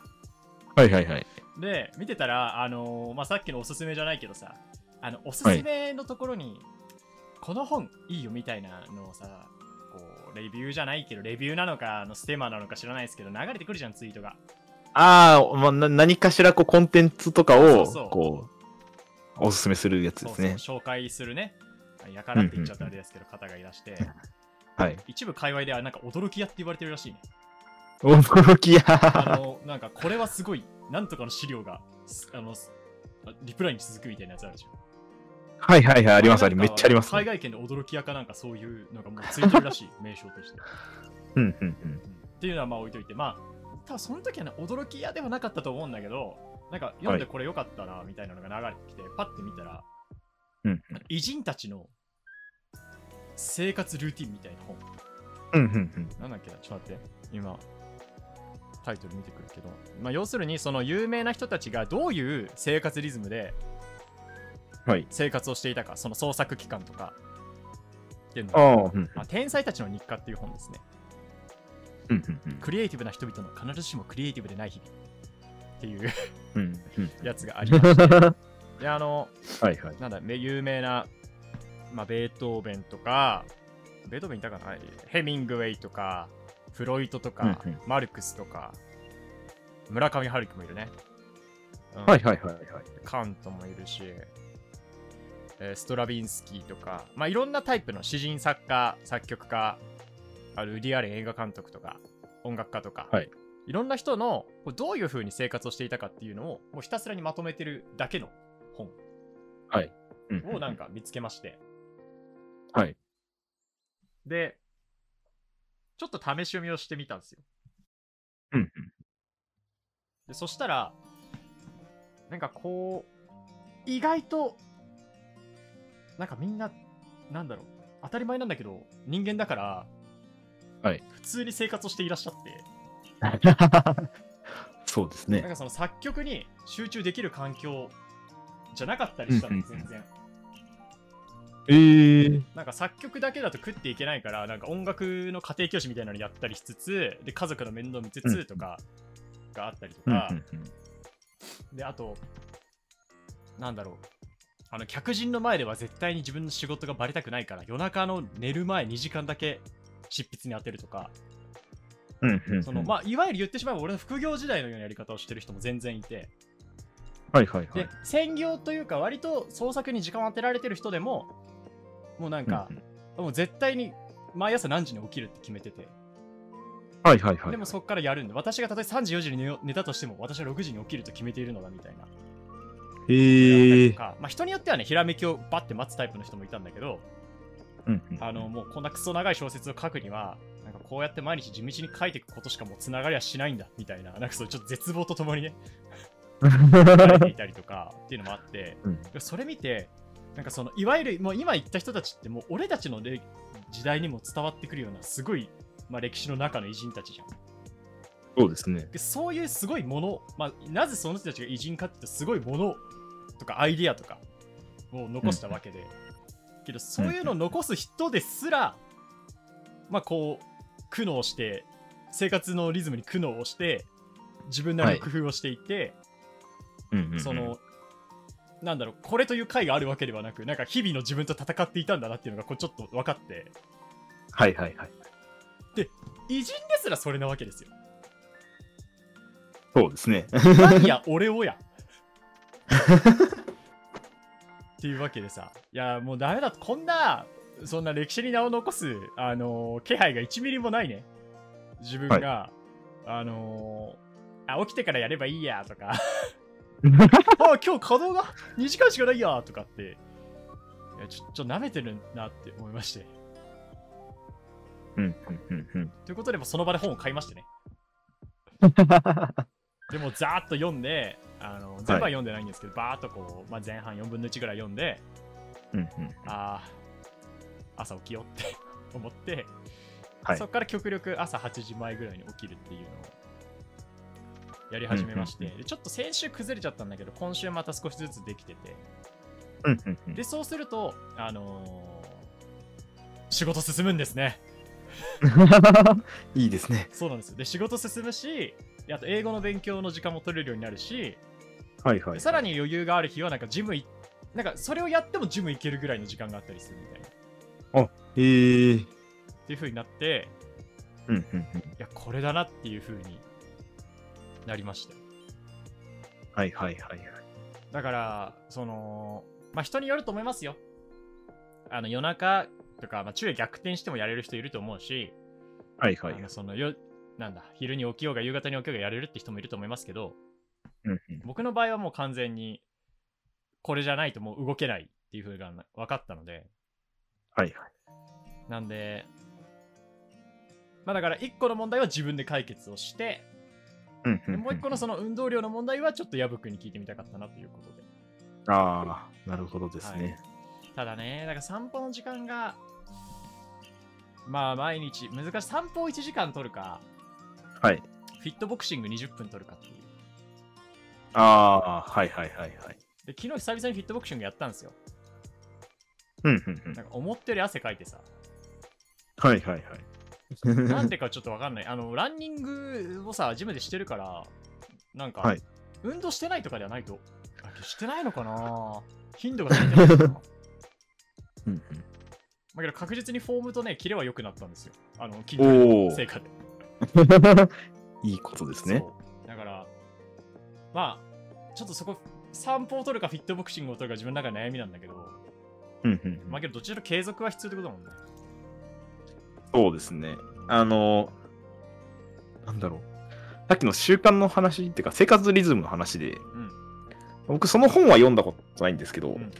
Speaker 2: はいはいはい。
Speaker 1: で、見てたら、あのーまあ、さっきのおすすめじゃないけどさ、あの、おすすめのところに、この本いいよみたいなのをさ、こう、レビューじゃないけど、レビューなのか、あのステマなのか知らないですけど、流れてくるじゃん、ツイートが。
Speaker 2: あー、まあ、な何かしらこうコンテンツとか
Speaker 1: そう
Speaker 2: を
Speaker 1: そう
Speaker 2: こうおすすめするやつですね。
Speaker 1: そうそう紹介するね。やからって言っちゃったらあれですけど、方がいらして、
Speaker 2: はい。
Speaker 1: 一部界隈ではなんか驚き屋って言われてるらしい ね。
Speaker 2: 驚きや。
Speaker 1: あの、なんかこれはすごい、なんとかの資料が、すあの、すリプライに続くみたいなやつあるじゃん。
Speaker 2: はいはいはい、ありますあり
Speaker 1: なん
Speaker 2: め
Speaker 1: か
Speaker 2: っちゃあります、
Speaker 1: 海
Speaker 2: ね。
Speaker 1: 外圏で驚き屋かなんかそういうのがもうついてるら しい、名称として。
Speaker 2: うんうんうん。
Speaker 1: っていうのはまあ置いといて、まあ、多分その時はね、驚き屋ではなかったと思うんだけど、なんか読んでこれよかったな、みたいなのが流れてきて、パッて見たら、
Speaker 2: うん
Speaker 1: 偉人たちの生活ルーティンみたいな本。
Speaker 2: うんうんうん。
Speaker 1: なんだっけな、ちょっと待って、今、タイトル見てくるけど、まあ、要するに、その有名な人たちがどういう生活リズムで
Speaker 2: はい。
Speaker 1: 生活をしていたか、その創作期間とか、っていうの
Speaker 2: ああ、うん
Speaker 1: まあ、天才たちの日課っていう本ですね。
Speaker 2: うんうんうん。
Speaker 1: クリエイティブな人々の必ずしもクリエイティブでない日々っていう
Speaker 2: うんうん
Speaker 1: やつがありまして
Speaker 2: は
Speaker 1: で、あの、
Speaker 2: いはい。
Speaker 1: なんだ、め有名な、まあ、ベートーベンとか、ベートーベンいたかなヘミングウェイとか、フロイトとか、
Speaker 2: うんうん
Speaker 1: マルクスとか、村上春樹もいるね。うん
Speaker 2: はいはいはいはい。
Speaker 1: カントもいるし、えーストラビンスキーとか、まあ、いろんなタイプの詩人作家、作曲家、あるウディアレン映画監督とか、音楽家とか、
Speaker 2: はい、
Speaker 1: ろんな人のこうどういう風に生活をしていたかっていうのをもうひたすらにまとめてるだけの本
Speaker 2: うんうん
Speaker 1: をなんか見つけまして、
Speaker 2: はい。
Speaker 1: で、ちょっと試し読みをしてみたんですよ。
Speaker 2: うんうん
Speaker 1: でそしたら、なんかこう、意外と、なんかみんな、なんだろう、当たり前なんだけど、人間だから、
Speaker 2: はい
Speaker 1: 普通に生活をしていらっしゃって、
Speaker 2: そうです
Speaker 1: なん
Speaker 2: ね。
Speaker 1: かその作曲に集中できる環境じゃなかったりした
Speaker 2: うん
Speaker 1: の、
Speaker 2: うんうん
Speaker 1: 全然。
Speaker 2: えー、
Speaker 1: なんか作曲だけだと食っていけないから、なんか音楽の家庭教師みたいなのやったりしつつ、で、家族の面倒見つつとかがあったりと
Speaker 2: うんう
Speaker 1: か、
Speaker 2: んうん。
Speaker 1: で、あと、なんだろう。あの、客人の前では絶対に自分の仕事がバレたくないから、夜中の寝る前2時間だけ執筆に当てるとか、
Speaker 2: うんうんうん
Speaker 1: その、まあ、いわゆる言ってしまえば俺の副業時代のようなやり方をしてる人も全然いて、
Speaker 2: はいはいはい
Speaker 1: で。、専業というか、割と創作に時間を当てられてる人でも、もうなんか
Speaker 2: うん、うん
Speaker 1: もう絶対に毎朝何時に起きるって決めてて、
Speaker 2: はいはいはい。
Speaker 1: でもそこからやるんで、私がたとえ3時、4時に寝よ寝たとしても、私は6時に起きると決めているのだみたいな。やった
Speaker 2: え
Speaker 1: り
Speaker 2: ー
Speaker 1: と、かまあ、人によってはね、ひらめきをバッて待つタイプの人もいたんだけど、
Speaker 2: うんうん
Speaker 1: あの、もうこんなクソ長い小説を書くには、なんかこうやって毎日地道に書いていくことしかもうつながりはしないんだみたいな、なんかそうちょっと絶望とともにね、 書いていたりとかっていうのもあって、
Speaker 2: うん
Speaker 1: それ見て、なんかそのいわゆるもう今言った人たちってもう俺たちのれ時代にも伝わってくるようなすごい、まあ、歴史の中の偉人たちじゃん。
Speaker 2: そうですね。
Speaker 1: でそういうすごいもの、まあ、なぜその人たちが偉人かって言うとすごいものとかアイディアとかを残したわけで、けどそういうのを残す人ですら、まあこう苦悩して生活のリズムに苦悩をして自分なりの工夫をしていて、
Speaker 2: うんうんうん
Speaker 1: そのなんだろうこれという回があるわけではなくなんか日々の自分と戦っていたんだなっていうのがこうちょっと分かって
Speaker 2: はいはいはい。
Speaker 1: 偉人ですらそれなわけですよ
Speaker 2: そうですね。
Speaker 1: 何や俺をやっていうわけでさいやもうダメだこんなそんな歴史に名を残す、あのー気配が1ミリもないね自分が、あのーあ起きてからやればいいや とかあ今日稼働が2時間しかないやとかって、いやちょっと舐めてるなって思いまして。
Speaker 2: うんうんうんうん。
Speaker 1: ということで、もうその場で本を買いましてね。
Speaker 2: は
Speaker 1: でも、ざーっと読んで、あの全部は読んでないんですけど、ばーっとこう、まあ、前半4分の1ぐらい読んで、
Speaker 2: い
Speaker 1: ああ、朝起きようって 思って、
Speaker 2: はい
Speaker 1: そこから極力朝8時前ぐらいに起きるっていうのをやり始めまして、
Speaker 2: うんうん
Speaker 1: でちょっと先週崩れちゃったんだけど、今週また少しずつできてて、
Speaker 2: うんうんうん。
Speaker 1: で、そうすると、あのー仕事進むんですね。
Speaker 2: いいですね。
Speaker 1: そうなんですよ。で、仕事進むし、であと英語の勉強の時間も取れるようになるし、
Speaker 2: はいは
Speaker 1: で
Speaker 2: い。
Speaker 1: さらに余裕がある日は、なんかジムい、なんかそれをやってもジム行けるぐらいの時間があったりするみたいな。っ
Speaker 2: えー。
Speaker 1: ていう風になって、
Speaker 2: うんうんうん。
Speaker 1: いや、これだなっていう風になりました。
Speaker 2: はいはいはいはい。
Speaker 1: だから、その、まあ人によると思いますよ。あの、夜中とか、まあ昼夜逆転してもやれる人いると思うし、
Speaker 2: はいは
Speaker 1: あ
Speaker 2: い
Speaker 1: の。そのよなんだ昼に起きようが夕方に起きようがやれるって人もいると思いますけど
Speaker 2: うんうん
Speaker 1: 僕の場合はもう完全にこれじゃないともう動けないっていう風がな分かったので
Speaker 2: はいはい。
Speaker 1: なんでまあだから1個の問題は自分で解決をして
Speaker 2: うん
Speaker 1: でもう1個の
Speaker 2: そ
Speaker 1: その運動量の問題はちょっと矢吹に聞いてみたかったなということで
Speaker 2: の。ああ、なるほどですね。
Speaker 1: ただねだから散歩の時間がまあ毎日難しい散歩を1時間取るか
Speaker 2: はい。
Speaker 1: フィットボクシング20分取るかっていう
Speaker 2: ああ、はいはいはいはい。
Speaker 1: で昨日久々にフィットボクシングやったんですよ
Speaker 2: うんうんうん。
Speaker 1: なんか思ったより汗かい てさ、
Speaker 2: はいはいはい。
Speaker 1: なんでかちょっとわかんない。あの、ランニングをさ、ジムでしてるから、なんか、
Speaker 2: はい
Speaker 1: 運動してないとかではないと。あしてないのかな頻度が足りてないの かな
Speaker 2: うん
Speaker 1: まあけど確実にフォームとね、キレは良くなったんですよ。あの、筋ト
Speaker 2: う
Speaker 1: レ
Speaker 2: ん、お
Speaker 1: の
Speaker 2: お
Speaker 1: 成
Speaker 2: ー。
Speaker 1: 果で。
Speaker 2: いいことですね。
Speaker 1: そうだから、まあ、ちょっとそこ、散歩を取るかフィットボクシングを取るか自分の中で悩みなんだけど、
Speaker 2: うんうんうん
Speaker 1: まあけどどちらも継続は必要ってことだもんね。
Speaker 2: そうですね。あの、なんだろう。さっきの習慣の話っていうか、生活リズムの話で、
Speaker 1: ん
Speaker 2: 僕その本は読んだことないんですけど、
Speaker 1: うん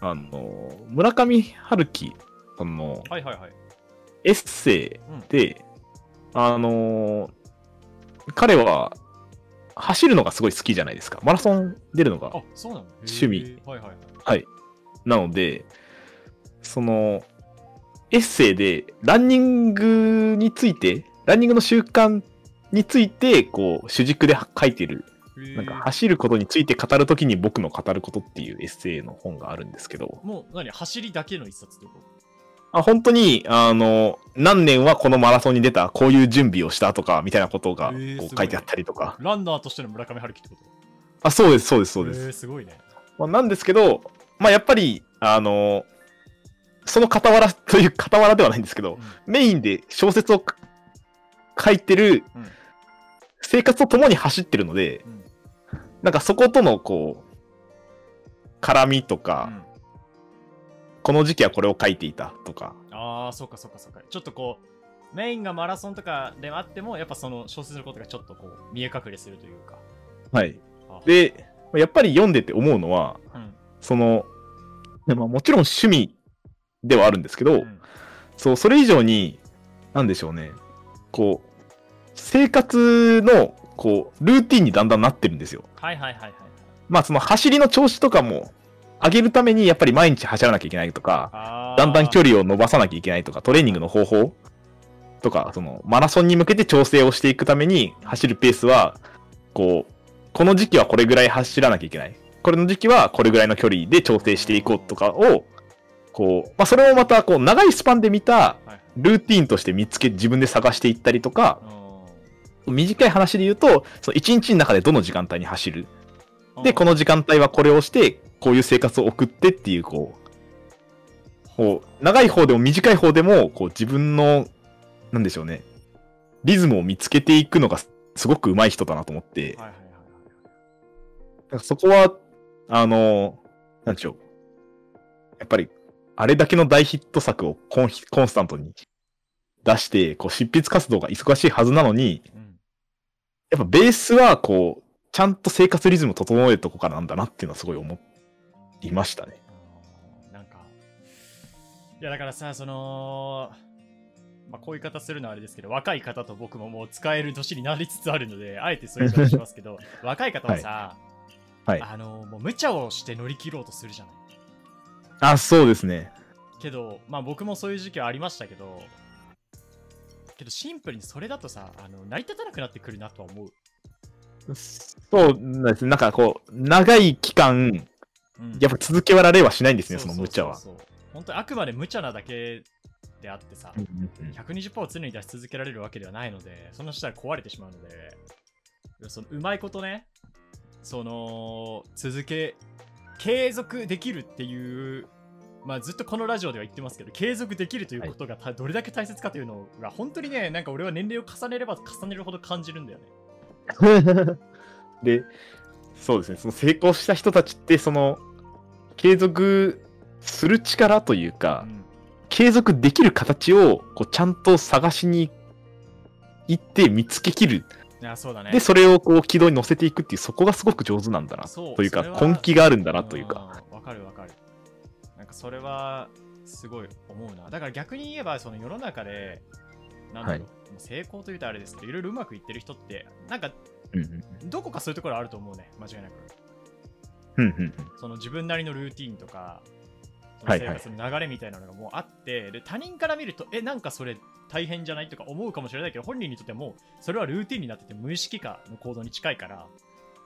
Speaker 2: あの、村上春樹さんの
Speaker 1: はいはいはい。
Speaker 2: エッセイで、あの、彼は走るのがすごい好きじゃないですか。マラソン出るのが
Speaker 1: あ、そうなのへー
Speaker 2: 趣味
Speaker 1: はいはいはい。
Speaker 2: なので、その、エッセイで、ランニングについて、ランニングの習慣について、こう、主軸で書いてる、
Speaker 1: へー
Speaker 2: なんか、走ることについて語るときに僕の語ることっていうエッセイの本があるんですけど、
Speaker 1: もう何走りだけの一冊ってこと
Speaker 2: あ本当に、あの、何年はこのマラソンに出た、こういう準備をしたとか、みたいなこと
Speaker 1: へ
Speaker 2: が
Speaker 1: ー
Speaker 2: こ
Speaker 1: す
Speaker 2: う
Speaker 1: ごい
Speaker 2: 書いてあったりとか、
Speaker 1: ランナーとしての村上春樹ってこと
Speaker 2: あ、そうです、そうです、そうです
Speaker 1: え。ー、すごいね。
Speaker 2: まあ、なんですけど、まあ、やっぱり、あのその傍らという傍らではないんですけど、メインで小説をか書いてる
Speaker 1: うん、
Speaker 2: 生活と共に走ってるので、
Speaker 1: うん
Speaker 2: なんかそことのこう、絡みと
Speaker 1: う
Speaker 2: か、
Speaker 1: ん
Speaker 2: この時期はこれを書いていたとか、
Speaker 1: ああ、そっかそっかそっか。ちょっとこう、メインがマラソンとかであっても、やっぱその小説のことがちょっとこう、見え隠れするというか。
Speaker 2: はい
Speaker 1: あ。
Speaker 2: で、やっぱり読んでて思うのは、
Speaker 1: うん。
Speaker 2: その、まあ、もちろん趣味ではあるんですけど、
Speaker 1: うん
Speaker 2: そう、それ以上に、なんでしょうね。こう、生活の、こう、ルーティンにだんだんなってるんですよ。
Speaker 1: はいはいはいはいはい。
Speaker 2: まあ、その走りの調子とかも、上げるためにやっぱり毎日走らなきゃいけないとか、
Speaker 1: ああ。
Speaker 2: だんだん距
Speaker 1: 離。
Speaker 2: 離を伸ばさなきゃいけないとか、トレーニングの方法とか、その、マラソンに向けて調整をしていくために、走るペースは、こう、この時期はこれぐらい走らなきゃいけない。これの時期はこれぐらいの距離で調整していこうとかを、こう、まあ、それをまた、こう、長いスパンで見た
Speaker 1: はいはい
Speaker 2: ルーティーンとして見つけ、自分で探していったりとか、
Speaker 1: うん
Speaker 2: 短い話で言うと、その1日の中でどの時間帯に走る。で、この時間帯はこれをして、こういう生活を送ってっていう、こう、こう、長い方でも短い方でも、こう自分の、なんでしょうね、リズムを見つけていくのがすすごく上手い人だなと思って、
Speaker 1: はいはいはいはい
Speaker 2: なんかそこは、あの、なんでしょう。やっぱり、あれだけの大ヒット作をコンヒコンスタントに出して、こう執筆活動が忙しいはずなのに、
Speaker 1: うん
Speaker 2: やっぱベースはこう、ちゃんと生活リズム整えるとこからなんだなっていうのはすごい思いましたね。
Speaker 1: うんなんか、いやだからさ、その、まあ、こういう言い方するのはあれですけど、若い方と僕ももう使える年になりつつあるので、あえてそういう話します けど、若い方はさ、
Speaker 2: はいはい
Speaker 1: あのもう無茶をして乗り切ろうとするじゃない。
Speaker 2: あ、そうですね。
Speaker 1: けど、まあ僕もそういう時期はありましたけど、けどシンプルにそれだとさ、あの成り立たなくなってくるなとは思う。
Speaker 2: そうなんですね。なんかこう、長い期間、
Speaker 1: うん
Speaker 2: やっぱ続けられはしないんですね、その無茶は。
Speaker 1: そうそうそうそう本当にあくまで無茶なだけであってさ、
Speaker 2: うんうんうん
Speaker 1: 120%を常に出し続けられるわけではないので、そのしたら壊れてしまうので、そのうまいことね、その、続け、継続できるっていう、まあずっとこのラジオでは言ってますけど、継続できるということがたどれだけ大切かというのが、本当にね、なんか俺は年齢を重ねれば重ねるほど感じるんだよね。
Speaker 2: で、そうですね、その成功した人たちって、その、継続する力というか、
Speaker 1: うん
Speaker 2: 継続できる形を、こう、ちゃんと探しに行って見つけきる。
Speaker 1: いや、そうだね。
Speaker 2: で、それをこう、軌道に乗せていくっていう、そこがすごく上手なんだな。
Speaker 1: そう
Speaker 2: というか
Speaker 1: それ、は
Speaker 2: 根気があるんだなというか。
Speaker 1: うん。わかるわかる。なんかそれはすごい思うな。だから逆に言えば、その世の中で、なんだろう、
Speaker 2: は
Speaker 1: 成功というとあれですけど、いろいろうまくいってる人って、なんか
Speaker 2: うんうん
Speaker 1: どこかそういうところあると思うね、間違いなく。
Speaker 2: うんうんうん
Speaker 1: その自分なりのルーティンとか、その
Speaker 2: はい
Speaker 1: 生活の流れみたいなのがもうあって、で他人から見ると、え、なんかそれ大変じゃないとか思うかもしれないけど、本人にとってはもうそれはルーティンになってて、無意識化の行動に近いから、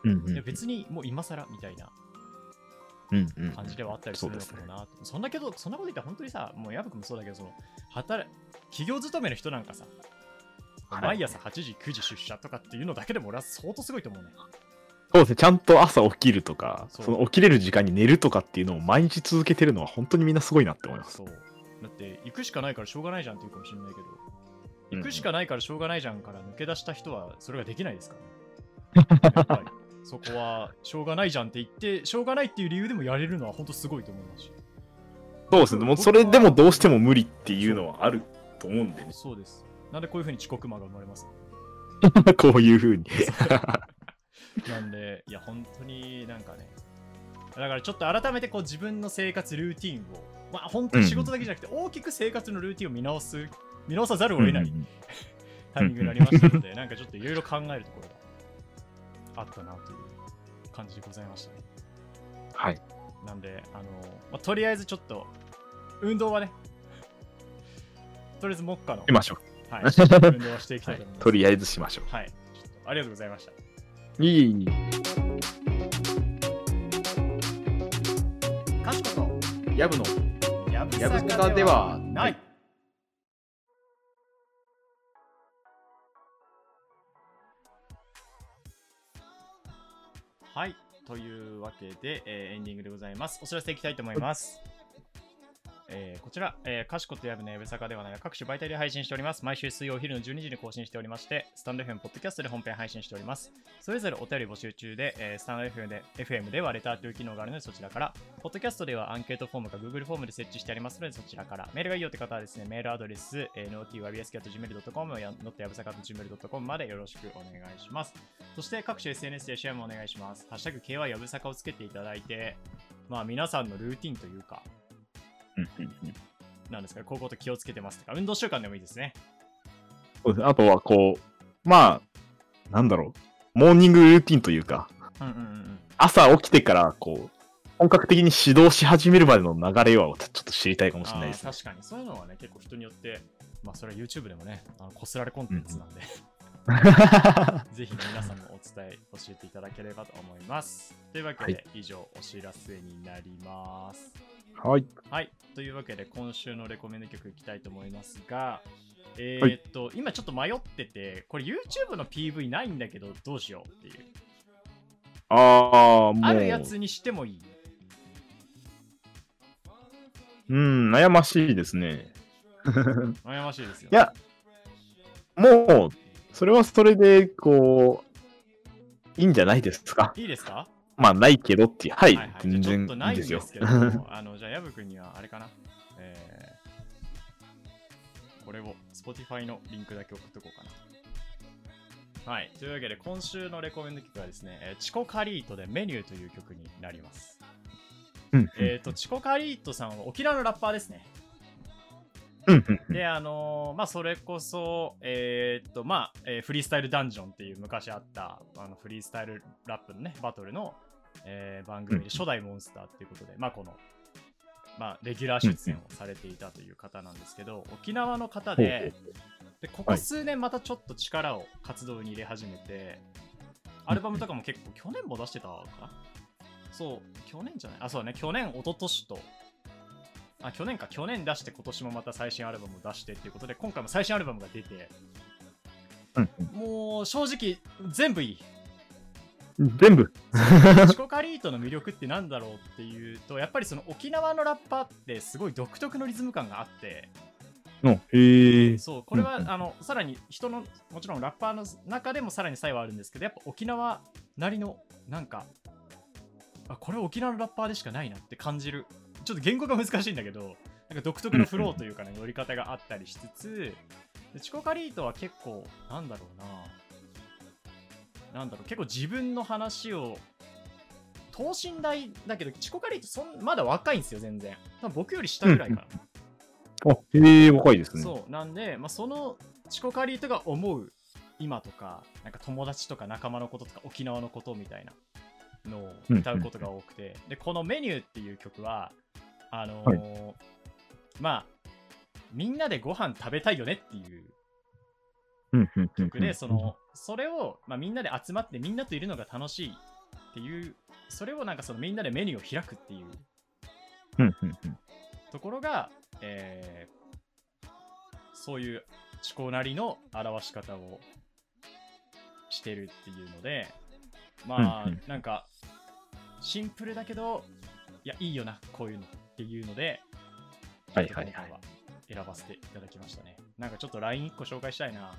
Speaker 2: うんうん
Speaker 1: いや別にもう今更みたいな。
Speaker 2: うんうん
Speaker 1: 感じではあったりするのかもなとそ,、んだけどそんなこと言ったら本当にさもう矢部君もそうだけどその働企業勤めの人なんかさ、
Speaker 2: はい
Speaker 1: 毎朝8時9時出社とかっていうのだけでも俺は相当すごいと思うね
Speaker 2: そうですね、ちゃんと朝起きるとか、
Speaker 1: そ
Speaker 2: そうの起きれる時間に寝るとかっていうのを毎日続けてるのは本当にみんなすごいなって思います。
Speaker 1: そうだって行くしかないからしょうがないじゃんって言うかもしれないけど行くし
Speaker 2: う
Speaker 1: か
Speaker 2: ん
Speaker 1: ないからしょうがないじゃんから抜け出した人はそれができない ですから、ね、やっぱりそこはしょうがないじゃんって言ってしょうがないっていう理由でもやれるのは本当すごいと思いますし
Speaker 2: そうですね、もうそれでもどうしても無理っていうのはあると思うんでね、
Speaker 1: そうですなんでこういうふうに遅刻魔が生まれます
Speaker 2: こういうふうに。
Speaker 1: なんで、いや、本当になんかね、だからちょっと改めてこう自分の生活ルーティンを、まあ、本当に仕事だけじゃなくて、大きく生活のルーティンを見直す、見直さざるを得ない
Speaker 2: うん
Speaker 1: タイミングになりましたの で、なんかちょっといろいろ考えるところがあったなという感じでございましたね。
Speaker 2: はい。
Speaker 1: なんで、あのまあ、とりあえずちょっと、運動はね、とりあえず目下の、
Speaker 2: しましょ
Speaker 1: はい、
Speaker 2: う。
Speaker 1: 運動はしていきた
Speaker 2: はい
Speaker 1: と思
Speaker 2: い
Speaker 1: います。
Speaker 2: とりあえずしましょ
Speaker 1: はい、ちょっとありがとうございました。
Speaker 2: う。いいいい。
Speaker 1: かしこと、
Speaker 2: やぶの。
Speaker 1: やぶ。
Speaker 2: やぶさかではない
Speaker 1: はい。というわけで、えーエンディングでございます。お知らせいきたいと思います。えーこちら、えー、かしことやぶのやぶさかではない各種媒体で配信しております。毎週水曜お昼の12時に更新しておりまして、スタンド FM、ポッドキャストで本編配信しております。それぞれお便り募集中で、えースタンド FM で FM ではレターという機能があるのでそちらから、ポッドキャストではアンケートフォームか Google フォームで設置してありますのでそちらから、メールがいいよって方はですね、メールアドレス、えー notyabsk.gmail.com や notyabsak.gmail.com までよろしくお願いします。そして各種 SNS でシェアもお願いします。ハッシュタグ KY やぶさかをつけていただいて、まあ皆さんのルーティンというか、
Speaker 2: うんうんうん
Speaker 1: なんですかね、こういうこと気をつけてますとか、運動習慣でもいいですね。
Speaker 2: そうですねあとはこう、まあ、なんだろう、モーニングルーティンというか、
Speaker 1: うんうんうんうん。
Speaker 2: 朝起きてからこう、本格的に指導し始めるまでの流れはちょっと知りたいかもしれないですね
Speaker 1: あー。確かにそういうのはね結構人によってまあそれは YouTube でもねあのこすられコンテンツなんで、ぜひ皆さんもお伝え、教えていただければと思います。 というわけで、
Speaker 2: は
Speaker 1: 以上、お知らせになります。
Speaker 2: はい。
Speaker 1: はい、というわけで今週のレコメンド曲いきたいと思いますが、え
Speaker 2: はい
Speaker 1: ーっと、今ちょっと迷ってて、これ YouTube の PV ないんだけどどうしようっていう。
Speaker 2: ああ、もう。
Speaker 1: あるやつにしてもいい。
Speaker 2: うん、悩ましいですね。
Speaker 1: 悩ましいですよ、
Speaker 2: いや、もう、それはそれで、こう、いいんじゃないですか。
Speaker 1: いいですか
Speaker 2: まあ、ないけどっていう。はい、全
Speaker 1: じゃあちょ
Speaker 2: 然
Speaker 1: っとない
Speaker 2: い
Speaker 1: んで
Speaker 2: いですよ。
Speaker 1: すけ ども、あ のじゃあ、ヤブ君にはあれかな。えーこれを Spotify のリンクだけ送っとこうかな。はい。というわけで、今週のレコメンド曲はですね、えーチコカリートでメニューという曲になります。
Speaker 2: うん
Speaker 1: えっ、と、チコカリートさんは沖縄のラッパーですね。
Speaker 2: うんうんうん
Speaker 1: で、あのーまあ、それこそ、えーっと、まあ、えーフリースタイルダンジョンっていう昔あった、あの、フリースタイルラップのね、バトルの、えー番組
Speaker 2: う
Speaker 1: で
Speaker 2: ん
Speaker 1: 初代モンスターっていうことで、まあ、この、まあ、レギュラー出演をされていたという方なんですけど、沖縄の方で、で、ここ数年またちょっと力を活動に入れ始めて、アルバムとかも結構去年も出してたかなそう、去年じゃないあ、そうだね、去年、一昨年と、あ、去年か、去年出して、今年もまた最新アルバムを出してっていうことで、今回も最新アルバムが出て、
Speaker 2: うん
Speaker 1: もう正直、全部いい。
Speaker 2: うん全部。
Speaker 1: チコカリートの魅力ってなんだろうっていうと、やっぱりその沖縄のラッパーってすごい独特のリズム感があって、
Speaker 2: のへえ。
Speaker 1: そう、これは、
Speaker 2: うんうん
Speaker 1: あの、さらに人の、もちろんラッパーの中でもさらに差異はあるんですけど、やっぱ沖縄なりの、なんか、あ、これ沖縄のラッパーでしかないなって感じる。ちょっと言語が難しいんだけど、なんか独特のフローというかね、乗り方があったりしつつ、でチコカリートは結構、なんだろうな、なんだろう、結構自分の話を、等身大だけど、チコカリートそん、まだ若いんですよ、全然。多分僕より下ぐらいかな。
Speaker 2: あ、へえ、若いですね。
Speaker 1: そうなんで、まあ、そのチコカリートが思う今とかなんか友達とか仲間のこととか沖縄のことみたいなのを歌うことが多くて、でこの「メニュー」っていう曲はあのーまあみんなでご飯食べたいよねっていう
Speaker 2: うんうんうんうん
Speaker 1: でそのそれを、まあ、みんなで集まってみんなといるのが楽しいっていうそれをなんかそのみんなでメニューを開くっていう
Speaker 2: うんうんうん
Speaker 1: ところが、えーそういう思考なりの表し方をしてるっていうのでまあ、
Speaker 2: うんうん
Speaker 1: なんかシンプルだけどいやいいよなこういうのっていうので
Speaker 2: はいは
Speaker 1: ちょっと今
Speaker 2: いはい
Speaker 1: 回は選ばせていただきましたねなんかちょっと LINE1 個紹介したいな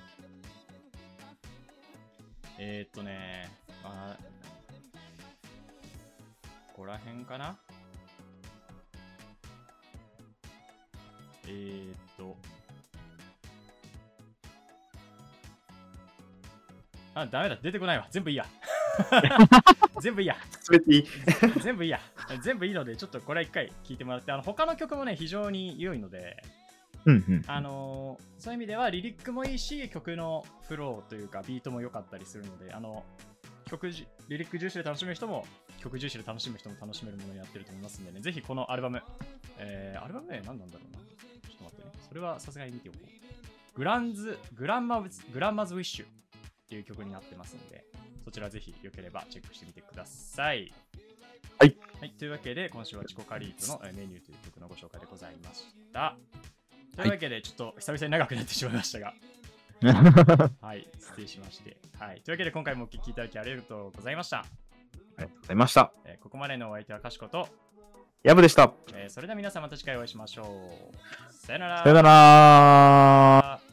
Speaker 1: えー、っとねまあここら辺かなえー、っと。あ、ダメだ。出てこないわ。全部いいや。 全部いいや。
Speaker 2: 全ていい。
Speaker 1: 全部いいや。全部いいので、ちょっとこれは一回聞いてもらって、あの他の曲もね、非常に良いので、
Speaker 2: うんうん。
Speaker 1: あ のーそういう意味ではリリックもいいし、曲のフローというか、ビートも良かったりするので、あの、曲じ、リリック重視で楽しむ人も、曲重視で楽しむ人も楽しめるものになってると思いますんでね、ぜひこのアルバム、えー、アルバム名何なんだろうな。ちょっと待ってね。それはさすがに見ておこう。グランズ、グランマズ、グランマズウィッシュっていう曲になってますんで、そちらぜひよければチェックしてみてください。
Speaker 2: はい。
Speaker 1: はい、というわけで、今週はチコカリートのえーメニューという曲のご紹介でございました。というわけで、ちょっと久々に長くなってしまいましたが、
Speaker 2: あ
Speaker 1: はい、失礼しまして。はい、というわけで、今回もお聞きいただきありがとうございました。
Speaker 2: りがとうございました。
Speaker 1: えーここまでのお相手はかしこと、
Speaker 2: ヤブでした。
Speaker 1: えーそれでは皆さんまた次回お会いしましょう。さよなら。
Speaker 2: さよなら
Speaker 1: ら。